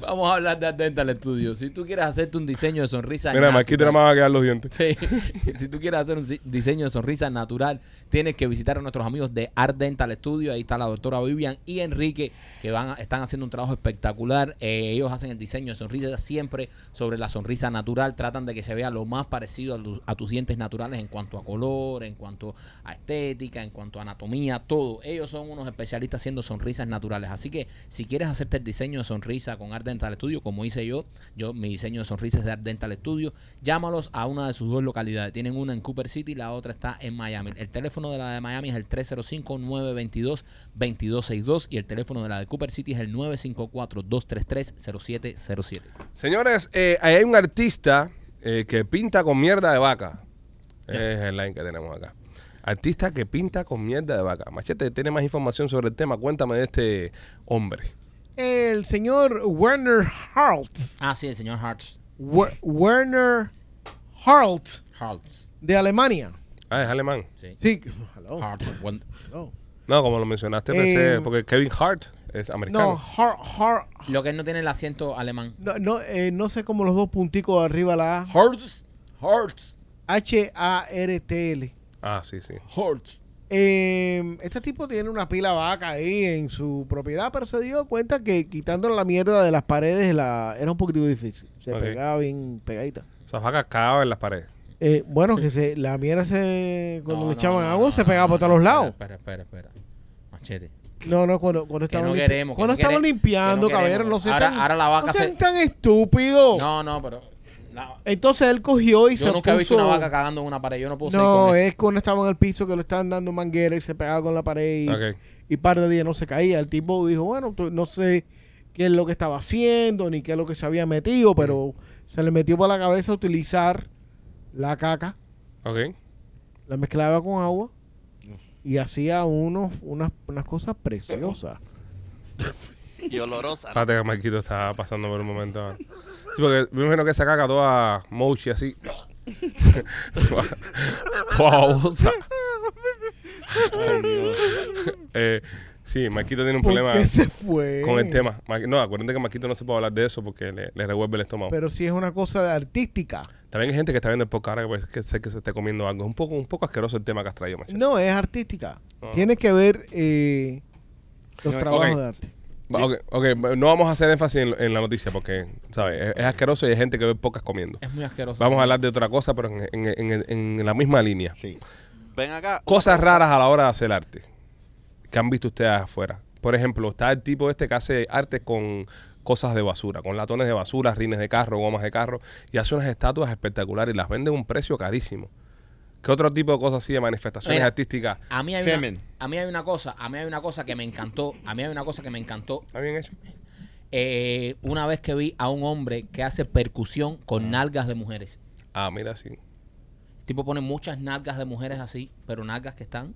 vamos a hablar de Dental Studio. Si tú quieres hacerte un diseño de sonrisa Mira, Marquito nada natural- más va a quedar los dientes. Sí. si tú quieres hacer un si- diseño de sonrisa natural, tienes que visitar a nuestros amigos de Art Dental Studio. Ahí está la doctora Vivian y Enrique, que van a- están haciendo un trabajo espectacular. Eh, ellos hacen el diseño de sonrisa siempre sobre la sonrisa natural. Tratan de que se vea lo más parecido a, tu- a tus dientes naturales en cuanto a color, en cuanto a estética, en cuanto a anatomía, todo. Ellos son unos especialistas haciendo sonrisas naturales. Así que si quieres hacerte el diseño de sonrisa con Art Dental Studio, como hice yo, yo mi diseño de sonrisas de Art Dental Studio, llámalos a una de sus dos localidades. Tienen una en Cooper City y la otra está en Miami. El teléfono de la de Miami es el 305-922-2262 y el teléfono de la de Cooper City es el 954-233-0707. Señores, eh, ahí hay un artista eh, que pinta con mierda de vaca. Es el line que tenemos acá. Artista que pinta con mierda de vaca. Machete, tiene más información sobre el tema. Cuéntame de este hombre. El señor Werner Hart. Ah, sí, el señor Hartz. Wer- Werner Hart Hartz. de Alemania. Ah, es alemán. Sí. Sí. hello, Hartz. Buen- hello. No, como lo mencionaste, pensé, Eh, porque Kevin Hart es americano. No, Hart, Hart. Lo que él no tiene el acento alemán. No, no, eh, no sé cómo los dos punticos arriba la A. Hartz. Hartz. H-A-R-T-L. Ah, sí, sí. Hartz. Eh, este tipo tiene una pila vaca ahí en su propiedad, pero se dio cuenta que quitando la mierda de las paredes la, era un poquito difícil. Se Ok. pegaba bien pegadita. Esas vacas cagaban en las paredes. Eh, bueno, que se, la mierda se, cuando No, le no, echaban no, agua no, se no, pegaba no, por no, todos los lados. Espera, espera, espera. espera. Machete. No, no, cuando, cuando Que estaban, no limpi- queremos, que cuando no estaban quere- limpiando, que no cabrón, no queremos. se Ahora- ahora la vaca no sean se- tan estúpidos. No, no, pero. la- Entonces él cogió Oh. y se yo nunca he visto una puso- vaca cagando en una pared. Yo no puedo seguir No, eh. con esto. es cuando estaba en el piso que le estaban dando manguera y se pegaba con la pared y, Ok. y par de días no se caía. El tipo dijo, bueno, tú- no sé qué es lo que estaba haciendo ni qué es lo que se había metido, Mm. pero se le metió por la cabeza utilizar la caca, Ok. la mezclaba con agua y hacía unos, unas, unas cosas preciosas. y olorosa. ¿no? Espérate que Marquito está pasando por un momento. ahora. Sí, porque me imagino que esa caca toda mochi así. toda, toda babosa. Ay, Dios. Eh, sí, Marquito tiene un ¿Por problema qué se fue? con el tema. Ma- No, acuérdense que Marquito no se puede hablar de eso porque le, le revuelve el estómago. Pero si es una cosa de artística. También hay gente que está viendo el podcast ahora que parece que, sé que se está comiendo algo. Es un poco, un poco asqueroso el tema que has traído, Machete. No, es artística. Ah. Tiene que ver eh, los No, trabajos ok. de arte. Va, ok, ok, no vamos a hacer énfasis en, en la noticia porque, ¿sabes? Es, es asqueroso y hay gente que ve pocas comiendo. Es muy asqueroso. Vamos a hablar de otra cosa, pero en, en- en- en la misma línea. Sí. Ven acá. Cosas raras a la hora de hacer arte que han visto ustedes afuera. Por ejemplo, está el tipo este que hace arte con cosas de basura, con latones de basura, rines de carro, gomas de carro, y hace unas estatuas espectaculares y las vende a un precio carísimo. ¿Qué otro tipo de cosas así de manifestaciones Mira. artísticas? A mí, hay Semen. una, a mí hay una cosa, a mí hay una cosa que me encantó, a mí hay una cosa que me encantó. ¿Está bien hecho? Eh, una vez que vi a un hombre que hace percusión con nalgas de mujeres. Ah, mira, sí. El tipo pone muchas nalgas de mujeres así, pero nalgas que están...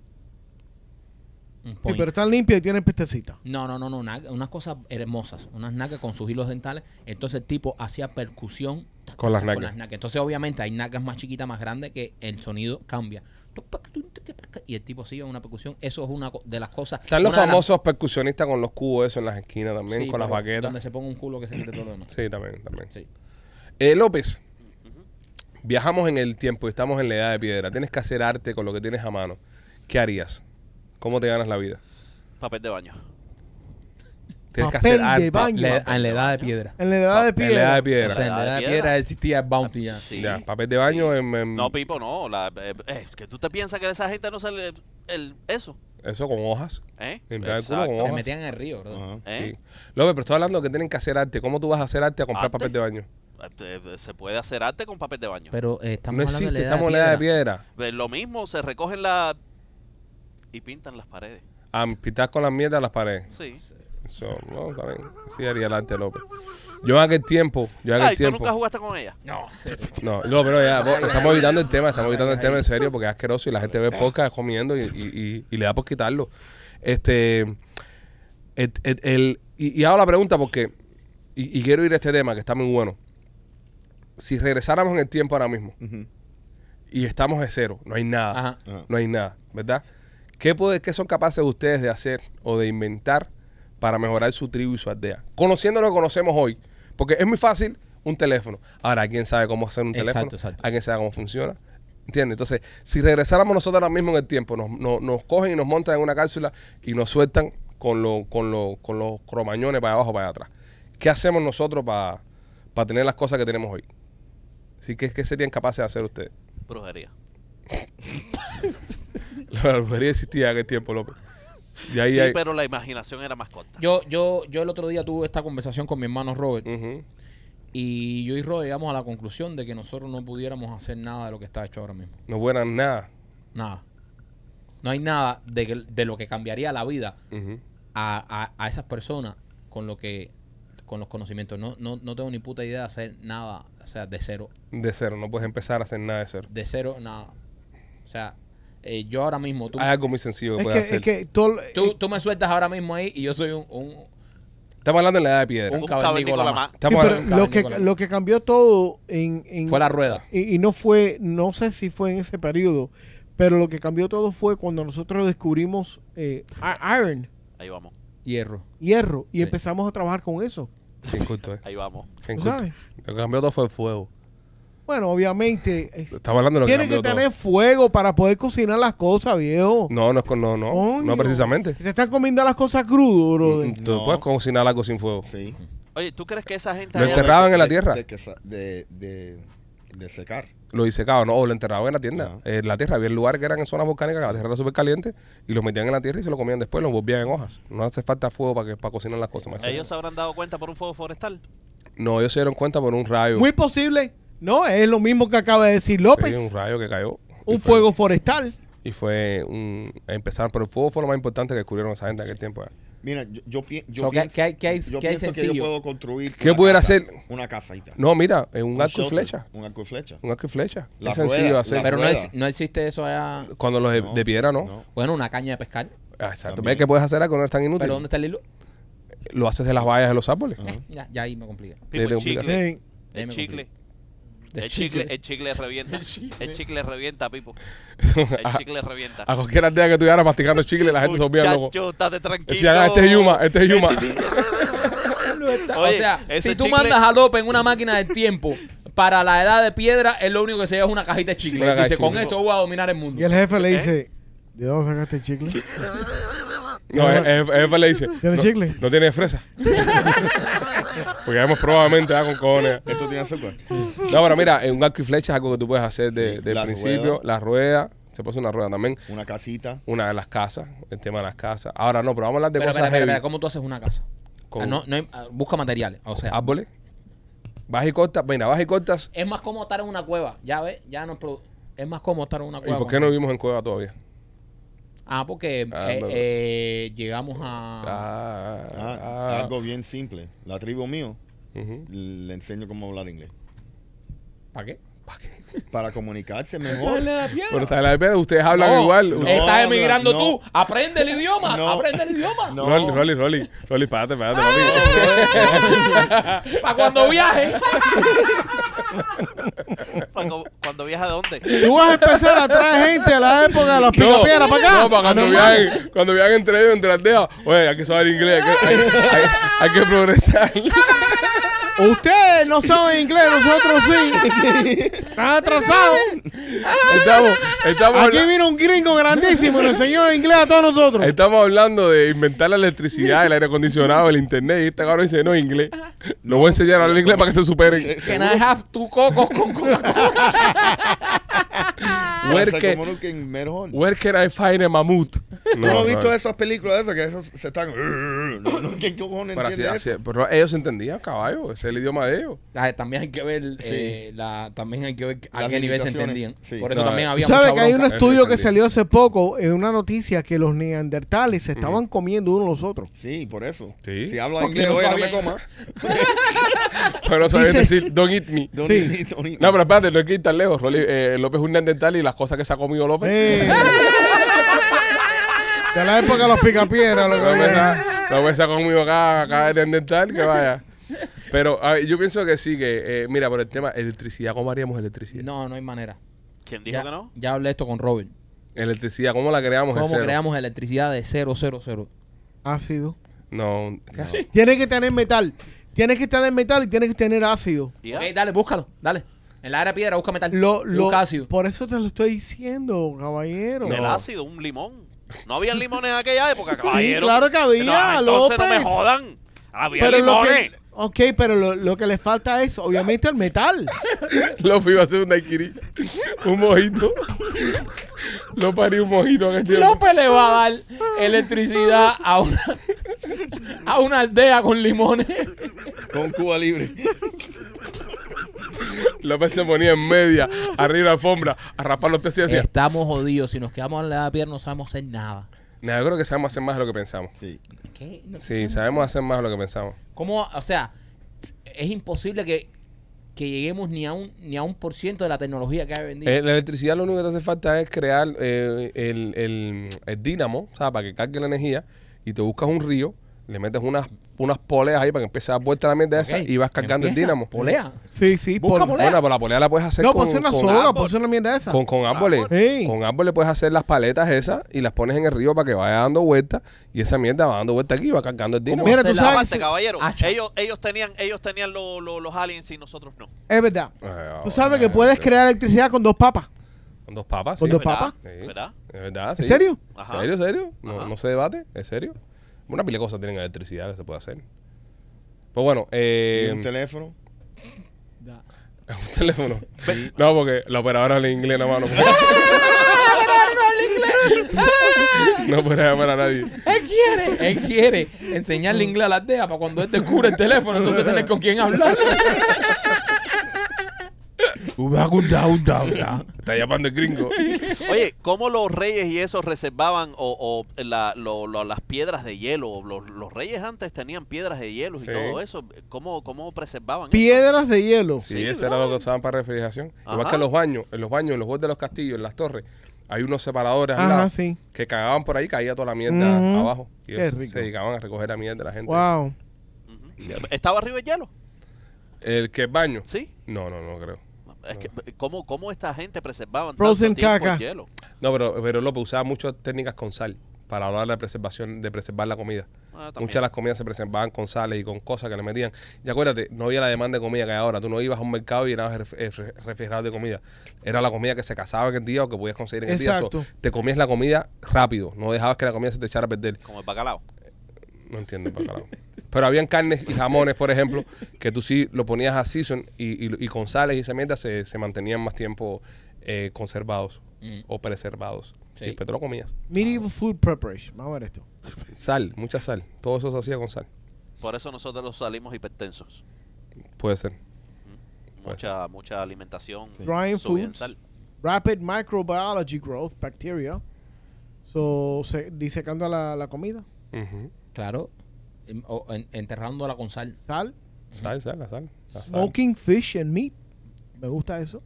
un Sí, point. pero están limpios y tienen pestecita. No, no, no, no, nalga- unas cosas hermosas, unas nalgas con sus hilos dentales. Entonces el tipo hacía percusión ta, ta, Con las ta, nalgas. Entonces obviamente hay nalgas más chiquitas, más grandes que el sonido cambia. Y el tipo sigue una percusión. Eso es una co- de las cosas. Están los una de las- famosos percusionistas con los cubos, eso en las esquinas también, Sí, con las pero baquetas. Donde se ponga un culo que se quite todo lo demás. Sí, también, también. Sí. Eh, López, viajamos en el tiempo y estamos en la edad de piedra. Tienes que hacer arte con lo que tienes a mano. ¿Qué harías? ¿Cómo te ganas la vida? Papel de baño. Tienes Papel que hacer de arte. baño. Le- Le- Eh, en la edad de piedra. En la edad de En la edad de piedra. piedra. O sea, en la edad de piedra existía el bounty ya. Sí. Ya, mm. papel de baño en- en- No, Pipo, no. La, eh, eh, que tú te piensas que de esa gente no sale el, el- eso. eso con hojas. ¿eh? Limpiar el culo Exacto. con Se hojas. metían en el río, bro. Ajá. ¿Eh? Sí. López, pero estoy hablando que tienen que hacer arte. ¿Cómo tú vas a hacer arte a comprar ¿Arte? papel de baño? Eh, eh, Se puede hacer arte con papel de baño. Pero eh, estamos no hablando existe, de la edad estamos en de la edad de piedra. piedra. Eh, Lo mismo, se recogen la... Y pintan las paredes. A pintar con las mierdas las paredes. Sí. Eso, no, también. Sí, haría el arte, López. Yo en aquel tiempo, yo en Ay, aquel ¿tú tiempo. nunca jugaste con ella? No, sé. No, no, pero ya, vos- estamos evitando el tema, estamos evitando el tema en serio porque es asqueroso y la gente ve podcast comiendo y, y- y- y le da por quitarlo. Este, el, el- el- y, y hago la pregunta porque, y, y quiero ir a este tema que está muy bueno. Si regresáramos en el tiempo ahora mismo Ujú. y estamos de cero, no hay nada, Ajá. Ajá. no hay nada, ¿verdad? ¿Qué, puede, ¿Qué son capaces ustedes de hacer o de inventar para mejorar su tribu y su aldea? Conociendo lo que conocemos hoy, porque es muy fácil un teléfono. Ahora, ¿quién sabe cómo hacer un teléfono? Exacto, exacto. ¿Alguien sabe cómo funciona? ¿Entiendes? Entonces, si regresáramos nosotros ahora mismo en el tiempo, nos, no- nos cogen y nos montan en una cápsula y nos sueltan con, lo, con, lo- con los cromañones para abajo, para atrás. ¿Qué hacemos nosotros para tener las cosas que tenemos hoy? Así que, ¿qué serían capaces de hacer ustedes? Brujería. La brujería existía en aquel tiempo, López. Y ahí sí, hay... pero la imaginación era más corta. Yo, yo, yo el otro día tuve esta conversación con mi hermano Robert Ujú. y yo y Robert llegamos a la conclusión de que nosotros no pudiéramos hacer nada de lo que está hecho ahora mismo. No buenan nada. Nada. No hay nada de, que- de lo que cambiaría la vida Ujú. a, a- a esas personas con lo que con los conocimientos. No, no, no tengo ni puta idea de hacer nada, o sea, de cero, De cero, no puedes empezar a hacer nada de cero. de cero nada. O sea, eh, yo ahora mismo, tú, Hay algo muy sencillo que Es que, puedes es hacer. que todo, eh, tú, tú me sueltas ahora mismo ahí y yo soy un, un- Estamos hablando de la edad de piedra. un Un cavernícola cavernícola más. más. Sí, Estamos pero hablando- Cavernícola. lo que, lo que cambió todo en, en- Fue la rueda. y, y no fue, no sé si fue en ese periodo, pero lo que cambió todo fue cuando nosotros descubrimos eh, i- iron, Ahí vamos. Hierro. hierro, y Sí. empezamos a trabajar con eso. Qué injusto, eh. Ahí vamos. Qué ¿Tú injusto. sabes? Lo que cambió todo fue el fuego. Bueno, obviamente, eh, Estamos hablando de lo que tiene cambió que todo. tener fuego para poder cocinar las cosas, viejo. No, no, es con- no, no. Coño. No precisamente. Mm, Te están comiendo las cosas crudo, brother. Tú No. puedes cocinar algo sin fuego. Sí. Oye, ¿tú crees que esa gente... Lo allá- enterraba. enterraban en la De- tierra. De, que sa- de, de- de secar. Lo disecado, ¿no? O lo enterraban en la tierra. Ajá. En la tierra había lugares que eran en zonas volcánicas, que la tierra era súper caliente, y los metían en la tierra y se lo comían después, los volvían en hojas. No hace falta fuego para, que, para cocinar las cosas. maestro. Ellos se habrán dado cuenta por un fuego forestal. No, ellos se dieron cuenta por un rayo. Muy posible. No, es lo mismo que acaba de decir López. Sí, un rayo que cayó. y un fue- fuego forestal. Y fue un. Empezaron, pero el fuego fue lo más importante que descubrieron esa gente en aquel tiempo. eh. Mira, yo, yo, pien- yo So, ¿qué- pienso, qué hay- qué hay- yo qué hay pienso que sencillo? yo puedo construir. ¿Qué una pudiera casa- hacer? Una casita. No, mira, en un, Un arco y shelter, flecha. Un arco y flecha. Un arco y flecha. La es sencillo rueda, hacer. la Pero no, rueda. es- no existe eso allá. Cuando los de, No, de piedra, no. no. Bueno, una caña de pescar. Ah, exacto. También. ¿Ves que puedes hacer algo? No es tan inútil. ¿Pero dónde está el hilo? Lo haces de las vallas de los árboles. Ah. Eh, ya, ya ahí me complica. Pipo, Desde el un pico. chicle. Ahí Sí. El me chicle. complica. De El chicle, el chicle revienta. El chicle revienta, Pipo. El chicle revienta. A cualquier aldea que tuviera masticando chicle, la gente se volvía loco. Muchacho, estate tranquilo. Decían, ah, este es Yuma, este es Yuma. o Oye, sea, ese si tú chicle- mandas a López en una máquina del tiempo para la edad de piedra, es lo único que se lleva es una cajita de chicle. Una caja de Dice, con chicle. esto voy a dominar el mundo. Y el jefe le ¿Eh? dice, ¿de dónde sacaste el chicle? no, el, el- el jefe le dice. ¿Tiene no, chicle? No tiene fresa. Porque hemos probablemente ah, con cojones. Esto tiene azúcar. No, pero mira, en un arco y flecha es algo que tú puedes hacer de- Sí, desde el la principio. rueda. La rueda, se puso una rueda también. Una casita. Una de las casas, el tema de las casas. Ahora no, pero vamos a hablar de Pero, espera, cosas espera, heavy. espera, ¿cómo tú haces una casa? Con- Ah, no, no hay- ah, busca materiales. O sea, Árboles. Vas y cortas, mira, vas y cortas. es más como estar en una cueva. Ya ves, ya no. es produ- Es más cómodo estar en una ¿Y cueva. por con- qué no vivimos en cueva todavía? Ah, porque Ah, eh, no, no. eh, llegamos a... Ah, Ah, ah. Algo bien simple. La tribu mío Ujú. le enseño cómo hablar inglés. ¿Para qué? Para comunicarse mejor. Pero está la idea, ustedes hablan No, igual. no. Estás emigrando no. tú. Aprende el idioma. No. Aprende el idioma. No. Rolly, Rolly, Rolly, Rolly, espérate, Ah. espérate, Rolly. Para cuando viajes. Cuando, cuando viaja de dónde. Tú vas a empezar a traer gente a la época de los picapiedras para acá. No, para cuando viajen, cuando viajen entre ellos, entre las dejas, oye, hay que saber inglés, hay que, hay- hay- hay que progresar. Ustedes no saben inglés, nosotros sí. Están atrasados. Estamos, estamos, Aquí habla- vino un gringo grandísimo y nos enseñó inglés a todos nosotros. estamos hablando de inventar la electricidad, el aire acondicionado, el internet, y este cabrón dice, no, inglés. Lo voy a enseñar a hablar inglés para que se superen. Can I have two cocos con Coca-Cola? Where Para can- comuniquen mejor. Where can I find a mamut? ¿Tú no has visto esas películas esas que esos se están... No, no, ¿Qué cojones Pero, así- entiende así- eso? pero ellos entendían, caballo, ese es el idioma de ellos. Ah, también hay que ver, eh, la, también hay que ver a Las qué nivel se limitaciones, entendían. sí. Por eso No, también eh. había ¿Sabes mucha que hay un bronca. estudio que Eso salió hace poco en una noticia que los neandertales se estaban comiendo unos a los otros? Sí, por eso. Sí. Si hablo Porque inglés, no oye, no me sabía- coma. Pero no sabían Dice- decir, don't eat me. Don't Sí. eat- don't eat- No, pero espérate, no hay que ir tan lejos. Rolly, eh, López es un neandertal y las cosas que se ha comido López. Eh. De la época de los picapiedras, lo que No me había. está, no me está conmigo acá, acá de dental, que vaya. Pero a ver, yo pienso que sí, que eh, mira, por el tema electricidad, ¿cómo haríamos electricidad? No, no hay manera. ¿Quién dijo Ya, que no? ya hablé esto con Robin. Electricidad, ¿cómo la creamos? de ¿Cómo cero? creamos electricidad de cero, cero, cero? Ácido. No, ¿qué? Tiene que tener metal. Tiene que tener metal y tiene que tener ácido. Ya. Ok, dale, búscalo, dale. En la era piedra, busca metal. Lo, lo- Busca ácido. Por eso te lo estoy diciendo, caballero. El No. ácido, un limón. No había limones en aquella época, caballero. claro que había, No, entonces no me López. jodan. Había Pero lo limones. que, ok, pero lo, lo que le falta es, obviamente, el metal. Lo fui a hacer un daiquiri. Un mojito. Lo parí un mojito en el tiempo. López le va a dar electricidad a una, a una aldea con limones. Con Cuba libre. López se ponía en media, arriba de la alfombra, a rapar los pies y decía. Estamos jodidos. Si nos quedamos en la edad piedra, no sabemos hacer nada. No, yo creo que sabemos hacer más de lo que pensamos. Sí. ¿Qué? No Sí, sabemos. sabemos hacer más de lo que pensamos. ¿Cómo? O sea, es imposible que, que lleguemos ni a un ni a un por ciento de la tecnología que hay vendido. Eh, la electricidad lo único que te hace falta es crear eh, el, el- el dínamo, ¿sabes? Para que cargue la energía y te buscas un río, le metes unas, unas poleas ahí para que empiece a dar vuelta a la mierda esa y vas cargando el dínamo. Polea. Sí, sí. Busca por- polea. Bueno, pero la polea la puedes hacer No, con, pues una con sola, árbol- pues una mierda esa. con, con árboles. Sí. Con árboles puedes hacer las paletas esas y las pones en el río para que vaya dando vuelta y esa mierda va dando vuelta aquí y va cargando el dínamo. Mira, hacer tú la sabes, Aparte, que- Ah, caballero, Hacha. ellos, ellos tenían, ellos tenían lo- lo- los aliens y nosotros no. es verdad. Ah, Tú sabes que bueno, puedes sí. crear electricidad con dos papas. Con dos papas. Con sí. dos ¿Verdad? papas. Sí. ¿Verdad? Es verdad, sí. ¿En serio? Ajá. ¿Serio, serio? No, Ajá. no se debate, ¿es serio? Una pila de cosas tienen electricidad que se puede hacer. Pues bueno, eh, Y un teléfono. un teléfono. No, porque la operadora habla inglés nada más. No puede, no puede llamar a nadie. Él quiere, él quiere enseñarle inglés a la aldea para cuando él descubre el teléfono, entonces tener con quién hablar. Está llamando el gringo. Oye, ¿cómo los reyes y esos reservaban o, o la- lo- lo- las piedras de hielo? Los, los reyes antes tenían piedras de hielo Sí. y todo eso. ¿Cómo, cómo preservaban eso? Piedras de hielo. Sí, eso era lo que usaban para refrigeración. Igual Ajá. que en los baños, en los baños, en los bordes de los castillos, en las torres, hay unos separadores al Ajá, lado sí. que cagaban por ahí, caía toda la mierda Ujú. abajo. Y Qué ellos se- rico. se dedicaban a recoger la mierda de la gente. Wow. ¿Estaba arriba el hielo? ¿El que es baño? Sí. No, no, no creo. Es que, ¿cómo, ¿Cómo esta gente preservaban Frozen tanto tiempo caca. el hielo? No, pero, pero López usaba muchas técnicas con sal para hablar de preservación, de preservar la comida. Ah, también. Muchas de las comidas se preservaban con sales y con cosas que le metían. Y acuérdate, no había la demanda de comida que hay ahora. Tú no ibas a un mercado y llenabas el ref- el re- refrigerador de comida. Era la comida que se cazaba en el día o que podías conseguir en el día. Exacto. So, te comías la comida rápido. No dejabas que la comida se te echara a perder. Como el bacalao. No entiendo, bacalao. Pero habían carnes y jamones, por ejemplo, que tú sí lo ponías a season y, y- y con sales y esa mierda se, se mantenían más tiempo eh, conservados Mm. o preservados. Sí. Y después te lo comías. Medieval food preparation. Vamos a ver esto. Sal, mucha sal. Todo eso se hacía con sal. Por eso nosotros los salimos hipertensos. Puede ser. Mucha, mucha alimentación. Drying subida en foods. sal. Rapid microbiology growth, bacteria. So, se- disecando la, la comida. Ujú. Claro. En- o en- enterrándola con sal. Sal. Sal, sal, la sal. la sal. Smoking fish and meat. Me gusta eso.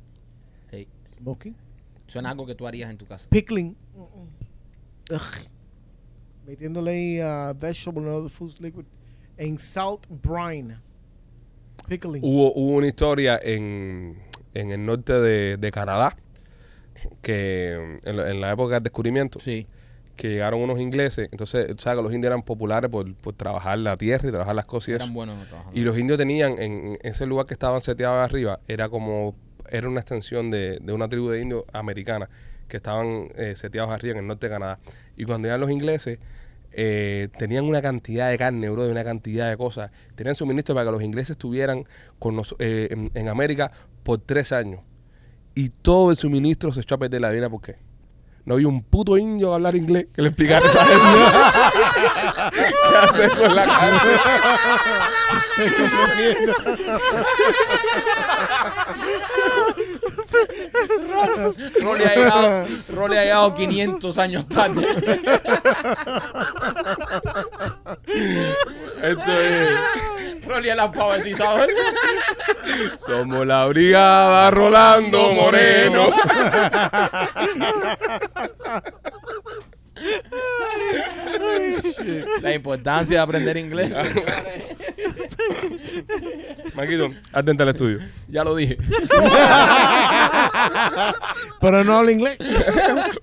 Hey, Smoking. Suena algo que tú harías en tu casa. Pickling. Ugh. Metiéndole ahí uh, vegetable and other foods liquid. En salt brine. Pickling. Hubo, hubo una historia en, en el norte de, de Canadá que en, la- en la época del descubrimiento Sí. que llegaron unos ingleses. Entonces, tú sabes que los indios eran populares por, por trabajar la tierra y trabajar las cosas y eso. Eran buenos trabajando. Y los indios tenían en ese lugar que estaban seteados arriba, era como, era una extensión de, de una tribu de indios americana que estaban eh, seteados arriba en el norte de Canadá. Y cuando llegan los ingleses, eh, tenían una cantidad de carne, bro, y una cantidad de cosas. Tenían suministro para que los ingleses estuvieran con nos- eh, en, en América por tres años. Y todo el suministro se echó a perder la vida, ¿por qué? No había un puto indio a hablar inglés que le explicara esa gente. ¿Qué hacer con la carne? Rolly ha llegado, Rolly ha llegado 500 años tarde. Esto es... Rolly el alfabetizador. Somos la brigada Rolando Moreno. La importancia de aprender inglés. señores. Maquito, atenta al estudio. ya lo dije. Pero no habla inglés.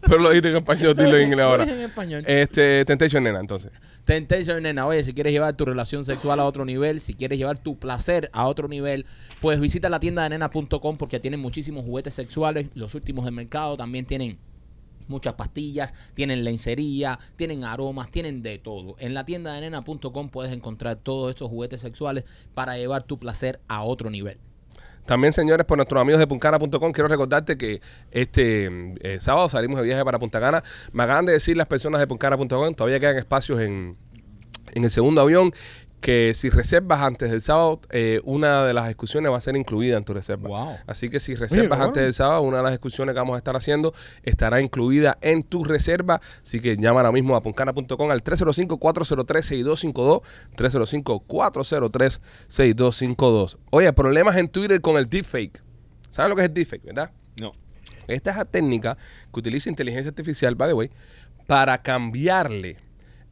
Pero lo dijiste en español, dilo en inglés ahora. En español. Este, Temptation Nena, entonces. Temptation, nena, oye, si quieres llevar tu relación sexual a otro nivel, si quieres llevar tu placer a otro nivel, pues visita la tienda de nena.com porque tienen muchísimos juguetes sexuales, los últimos del mercado, también tienen muchas pastillas, tienen lencería, tienen aromas, tienen de todo. En la tienda de nena.com puedes encontrar todos estos juguetes sexuales para llevar tu placer a otro nivel. También, señores, por nuestros amigos de puncana.com, quiero recordarte que este eh, sábado salimos de viaje para Punta Cana. Me acaban de decir las personas de puncana.com, todavía quedan espacios en, en el segundo avión, que si reservas antes del sábado, eh, una de las excursiones va a ser incluida en tu reserva. Wow. Así que si reservas bueno. antes del sábado, una de las excursiones que vamos a estar haciendo estará incluida en tu reserva. Así que llama ahora mismo a puncana.com al 305-403-6252. 305-403-6252. Oye, problemas en Twitter con el deepfake. ¿Sabes lo que es el deepfake, verdad? No. Esta es la técnica que utiliza inteligencia artificial, by the way, para cambiarle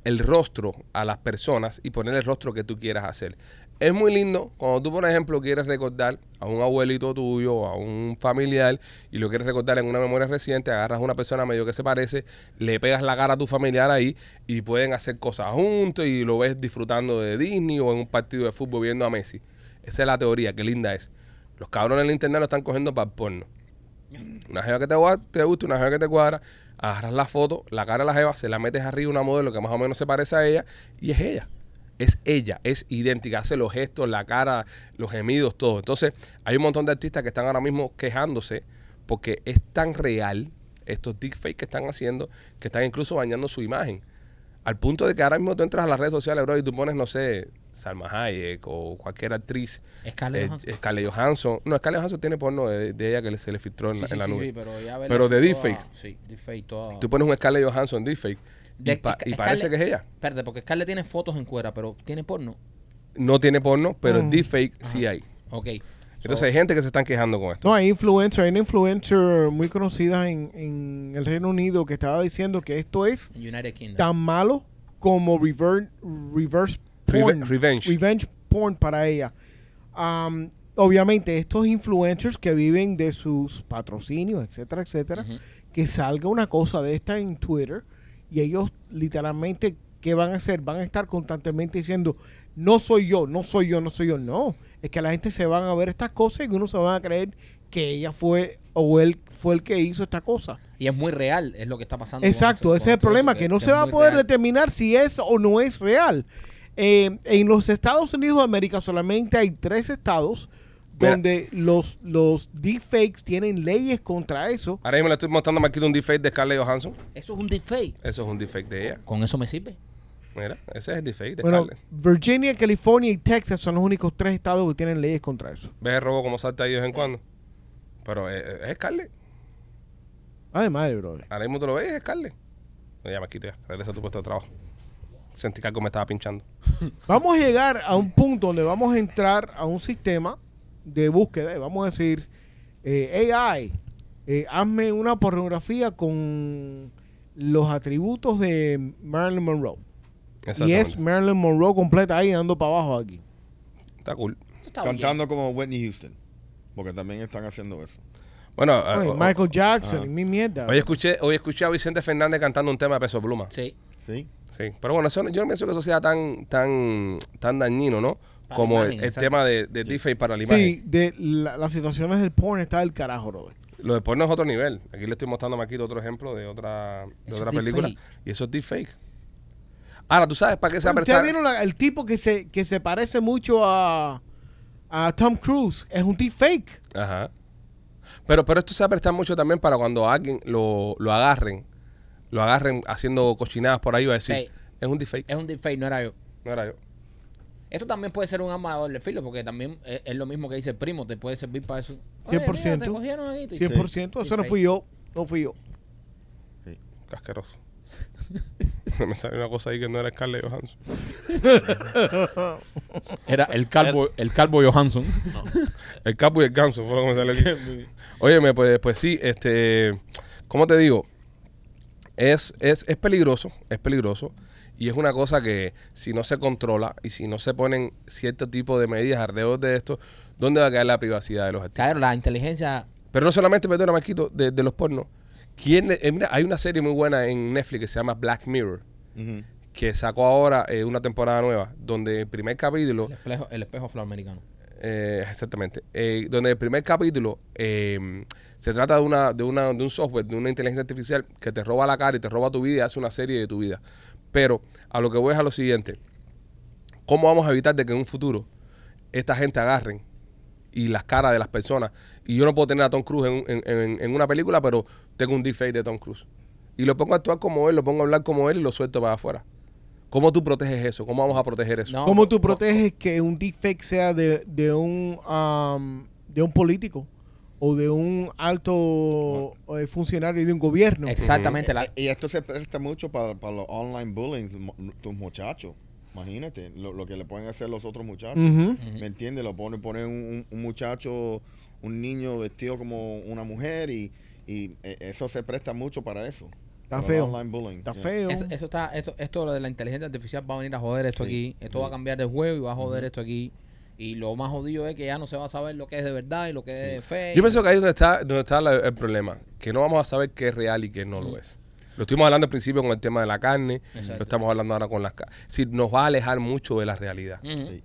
el rostro a las personas y poner el rostro que tú quieras hacer. Es muy lindo cuando tú, por ejemplo, quieres recordar a un abuelito tuyo o a un familiar y lo quieres recordar en una memoria reciente, agarras a una persona medio que se parece, le pegas la cara a tu familiar ahí y pueden hacer cosas juntos y lo ves disfrutando de Disney o en un partido de fútbol viendo a Messi. Esa es la teoría, qué linda es. Los cabrones en internet lo están cogiendo para el porno. Una jeva que te, gua- te gusta, una jeva que te cuadra, agarras la foto, la cara de la jeva, se la metes arriba a una modelo que más o menos se parece a ella y es ella. Es ella, es idéntica, hace los gestos, la cara, los gemidos, todo. Entonces, hay un montón de artistas que están ahora mismo quejándose porque es tan real estos deepfakes que están haciendo que están incluso bañando su imagen. Al punto de que ahora mismo tú entras a las redes sociales, bro, y tú pones, no sé, Salma Hayek o cualquier actriz. Scarlett eh, Johansson. Scarlett Johansson. No, Scarlett Johansson tiene porno de, de ella que le- se le filtró en, la- en la nube. pero ya Pero de deepfake. Sí, deepfake toda. Tú pones un Scarlett Johansson deepfake y, De- pa- y Scarlett- parece que es ella. Espérate, porque Scarlett tiene fotos en cuera, pero tiene porno. No tiene porno, pero el Mm. deepfake sí hay. Ok. Entonces hay gente que se están quejando con esto. No, hay influencer, hay una influencer muy conocida en, en el Reino Unido que estaba diciendo que esto es United Kingdom. tan malo como rever- reverse Reve- porn. revenge. porn para ella. Am, obviamente, estos influencers que viven de sus patrocinios, etcétera, etcétera, Ujú. que salga una cosa de esta en Twitter y ellos literalmente, ¿qué van a hacer? Van a estar constantemente diciendo, no soy yo, no soy yo, no soy yo. No, es que la gente se van a ver estas cosas y uno se van a creer que ella fue o él fue el que hizo esta cosa. Y es muy real, es lo que está pasando. con esto- Exacto, ese con es el todo problema, eso, que no se es va a muy poder real. determinar si es o no es real. Eh, en los Estados Unidos de América solamente hay tres estados Mira. donde los, los deepfakes tienen leyes contra eso. Ahora mismo le estoy mostrando a Marquito un deepfake de Scarlett Johansson. Eso es un deepfake. Eso es un deepfake de ella. Con eso me sirve. Mira, ese es el deepfake de Bueno, Scarlett. Virginia, California y Texas son los únicos tres estados que tienen leyes contra eso. ¿Ves el robo como salta ahí de vez en cuando? Pero eh, eh, es Scarlett. Ay, madre, brother. Ahora mismo tú lo ves, Scarlett. No, ya me quité, regresa a tu puesto de trabajo. Sentí que algo me estaba pinchando. Vamos a llegar a un punto donde vamos a entrar a un sistema de búsqueda y vamos a decir, eh, AI, eh, hazme una pornografía con los atributos de Marilyn Monroe. Y Exactamente. es Marilyn Monroe completa ahí andando para abajo aquí. Está cool. Esto está bien. Cantando como Whitney Houston. Porque también están haciendo eso. Bueno, eh, Ay, o- ah. Michael Jackson, y mi mierda. hoy escuché, hoy escuché a Vicente Fernández cantando un tema de peso pluma. Sí. ¿Sí? Sí, pero bueno, eso no- yo no pienso que eso sea tan tan tan dañino, ¿no? Para Como la el- imagen, el, exacto. tema de, de deepfake para la imagen. sí, de la- las situaciones del porn está del carajo, brother. Lo de porno es otro nivel. Aquí le estoy mostrando a Maquito otro ejemplo de otra de Eso otra es película. deepfake. Y eso es deepfake. Ahora, ¿tú sabes para qué se va a ¿Ustedes prestar? vieron la- el tipo que se, que se parece mucho a, a Tom Cruise? Es un fake. Ajá. Pero, pero esto se va a prestar mucho también para cuando alguien lo, lo agarren. Lo agarren haciendo cochinadas por ahí, va a decir. Sí. Es un deepfake. Es un deepfake, no era yo. No era yo. Esto también puede ser un arma de doble filo, porque también es, es lo mismo que dice el primo, te puede servir para eso. Oye, mira, 100%. te cogieron aquí, tú dices, 100%. Eso no Deepfake. fui yo. No fui yo. Casqueroso. Me salió una cosa ahí que no era Scarlett Johansson. Era el calvo, el calvo Johansson. El capo y el ganso fue lo que me salió aquí. Óyeme, pues, pues sí, este, ¿cómo te digo? Es, es, es peligroso, es peligroso. Y es una cosa que si no se controla y si no se ponen cierto tipo de medidas alrededor de esto, ¿dónde va a caer la privacidad de los artistas? Claro, la inteligencia. Pero no solamente, perdona, Marquito, de, de los pornos. ¿Quién le- eh, mira, hay una serie muy buena en Netflix que se llama Black Mirror, Ujú. que sacó ahora eh, una temporada nueva, donde el primer capítulo El espejo, el espejo afroamericano. eh, exactamente. Eh, donde el primer capítulo eh, se trata de, una, de, una, de un software, de una inteligencia artificial que te roba la cara y te roba tu vida y hace una serie de tu vida. Pero a lo que voy es a lo siguiente. ¿Cómo vamos a evitar de que en un futuro esta gente agarren y las caras de las personas? Y yo no puedo tener a Tom Cruise en, en- en- en una película, pero tengo un deepfake de Tom Cruise. Y lo pongo a actuar como él, lo pongo a hablar como él y lo suelto para afuera. ¿Cómo tú proteges eso? ¿Cómo vamos a proteger eso? No, ¿Cómo no, tú no. proteges que un deepfake sea de, de un am, de un político o de un alto eh, funcionario de un gobierno? Exactamente. la- Eh, Y esto se presta mucho para, para los online bullying, mo- tus muchachos. Imagínate lo, lo que le pueden hacer los otros muchachos. Ujú. ¿Me entiendes? Lo ponen, ponen un, un- un muchacho, un niño vestido como una mujer y, y, eh, eso se presta mucho para eso. Está Para el feo. online bullying. Está Yeah. feo. es- eso está, esto, esto de la inteligencia artificial va a venir a joder esto Sí. aquí. Esto va a cambiar de juego y va a joder esto aquí. Y lo más jodido es que ya no se va a saber lo que es de verdad y lo que es fake. Yo pienso que ahí es donde está, donde está la- el problema, que no vamos a saber qué es real y qué no lo es. Lo estuvimos hablando al principio con el tema de la carne, lo Mm. Exacto. estamos hablando ahora con las carnes. Es decir, nos va a alejar mucho de la realidad. Ujú. Sí.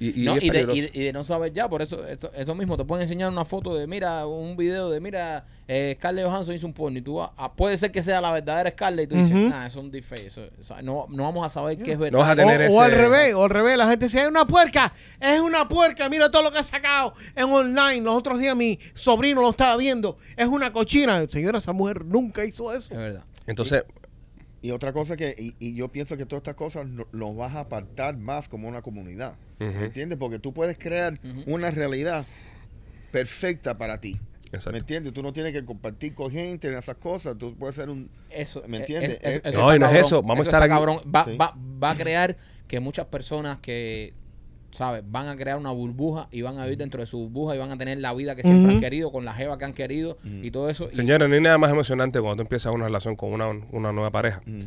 Y, y No, es y, de, peligroso. y de- y de no saber ya, por eso esto, eso mismo te pueden enseñar una foto de, mira, un video de, mira, eh, Scarlett Johansson hizo un porno y tú vas, a- puede ser que sea la verdadera Scarlett y tú dices, Ujú. nah, eso es un deepfake, eso- o sea, no, no vamos a saber qué es No vas a verdad. tener O, ese... o al revés, o al revés, la gente dice, es una puerca, es una puerca, mira todo lo que ha sacado en online. Los otros días mi sobrino lo estaba viendo, es una cochina. Señora, esa mujer nunca hizo eso. Es verdad. Entonces, Y otra cosa que, y, y yo pienso que todas estas cosas no- nos vas a apartar más como una comunidad. Ujú. ¿Me entiendes? Porque tú puedes crear una realidad perfecta para ti. Exacto. ¿Me entiendes? Tú no tienes que compartir con gente en esas cosas. Tú puedes ser un... Eso, ¿Me eh, entiendes? es- es- Eh, No, está y no es cabrón. eso, vamos a está estar aquí. cabrón. Va, Sí. va- va a crear que muchas personas que, ¿sabes? Van a crear una burbuja y van a vivir dentro de su burbuja y van a tener la vida que siempre han querido, con la jeva que han querido y todo eso. y- señores, no hay nada más emocionante cuando tú empiezas una relación con una, una nueva pareja, Mm.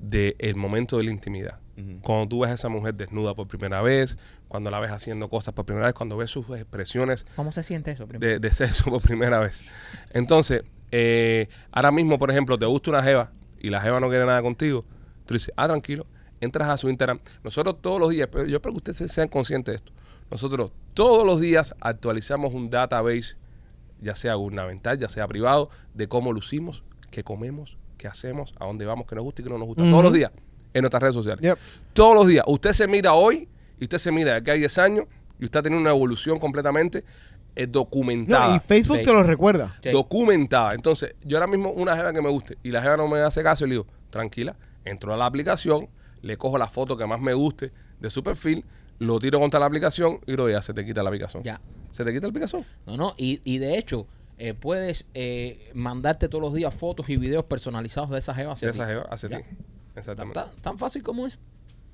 del momento de la intimidad. Cuando tú ves a esa mujer desnuda por primera vez, cuando la ves haciendo cosas por primera vez, cuando ves sus expresiones ¿Cómo se siente eso? primo? de, de sexo por primera vez. Entonces, eh, ahora mismo, por ejemplo, te gusta una jeva y la jeva no quiere nada contigo, tú dices, ah, tranquilo, entras a su Instagram. Nosotros todos los días, pero yo espero que ustedes se- sean conscientes de esto, nosotros todos los días actualizamos un database, ya sea gubernamental, ya sea privado, de cómo lucimos, qué comemos, qué hacemos, a dónde vamos, qué nos gusta y qué no nos gusta. Todos los días en nuestras redes sociales. Yep. Todos los días. Usted se mira hoy y usted se mira de aquí a 10 años y usted tiene una evolución completamente eh, documentada. No, y Facebook Sí. te lo recuerda. Sí. Documentada. Entonces, yo ahora mismo una jeva que me guste y la jeva no me hace caso, y le digo, tranquila, entro a la aplicación, le cojo la foto que más me guste de su perfil, lo tiro contra la aplicación y lo ya se te quita la picazón. Ya. Se te quita el picazón. No, no, y, y de hecho, eh, puedes eh, mandarte todos los días fotos y videos personalizados de esa jeva hacia De esa ti. jeva hacia Ya. ti. Exactamente. Tan, tan fácil como es.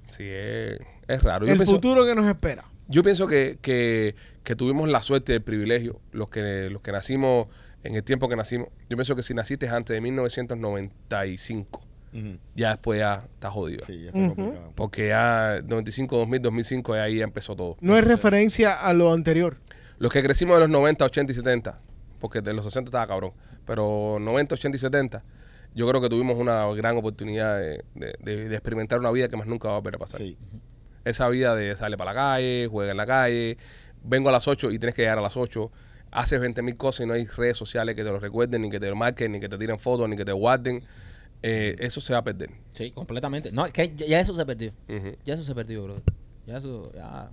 Sí, es, es raro. Yo El pienso- futuro que nos espera. Yo pienso que, que- que tuvimos la suerte y el privilegio, los que, los que nacimos en el tiempo que nacimos. Yo pienso que si naciste antes de 1995, Ujú. ya después ya estás jodido. Sí, ya está Ujú. complicado. Porque ya 95, 2000, 2005, ahí ya empezó todo. No es referencia a lo anterior. Los que crecimos de los 90, 80 y 70, porque de los 60 estaba cabrón, pero 90, 80 y 70, yo creo que tuvimos una gran oportunidad de, de- de- de experimentar una vida que más nunca va a volver a pasar. Sí. Esa vida de sale para la calle, juega en la calle, vengo a las 8 y tienes que llegar a las 8. Haces 20 mil cosas y no hay redes sociales que te lo recuerden, ni que te lo marquen, ni que te tiren fotos, ni que te guarden. Eh, eso se va a perder. Sí, completamente. No, es que ya eso se perdió. Ujú. Ya eso se perdió, bro. Ya eso, ya,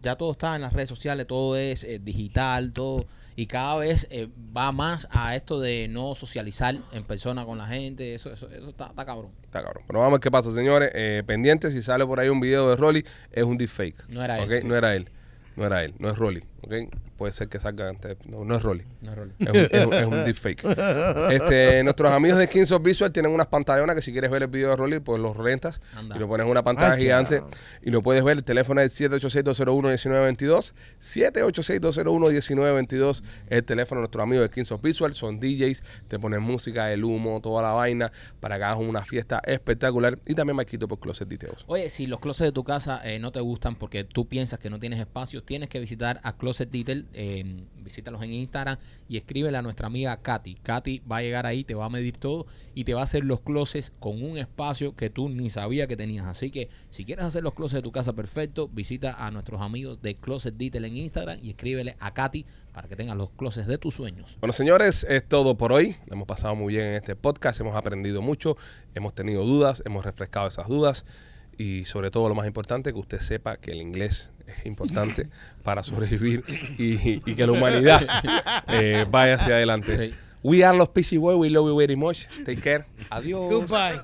ya todo está en las redes sociales, todo es eh, digital, todo. Y cada vez eh, va más a esto de no socializar en persona con la gente. Eso, eso, eso está, está cabrón. Está cabrón. Pero vamos a ver qué pasa, señores. Eh, pendientes, si sale por ahí un video de Rolly, es un deepfake. No era ¿ok? él. No era él. No era él. No es Rolly. ¿ok? Puede ser que salga antes. No, no es Rolly. No, Rolly. Es un, es un- es un deepfake. Este, nuestros amigos de Kings of Visual tienen unas pantallonas que si quieres ver el video de Rolly, pues los rentas Anda. y lo pones en una pantalla Ah, gigante claro. y lo puedes ver. El teléfono es 786-201-1922. 786-201-1922. El teléfono de nuestros amigos de Kings of Visual. Son DJs, te ponen música, el humo, toda la vaina para que hagas una fiesta espectacular. Y también Maquito por Closet Details. Oye, si los closets de tu casa eh, no te gustan porque tú piensas que no tienes espacio, tienes que visitar a Closet Detail. eh, visítalos en Instagram y escríbele a nuestra amiga Katy. Katy va a llegar ahí, te va a medir todo y te va a hacer los closets con un espacio que tú ni sabías que tenías. Así que si quieres hacer los closets de tu casa perfecto, visita a nuestros amigos de Closet Detail en Instagram y escríbele a Katy para que tengas los closets de tus sueños. Bueno, señores, es todo por hoy. La hemos pasado muy bien en este podcast, hemos aprendido mucho, hemos tenido dudas, hemos refrescado esas dudas y sobre todo lo más importante, que usted sepa que el inglés es importante para sobrevivir y, y que la humanidad eh, vaya hacia adelante. Sí. We are los Peachy Boys, we love you very much. Take care. Adiós. Goodbye.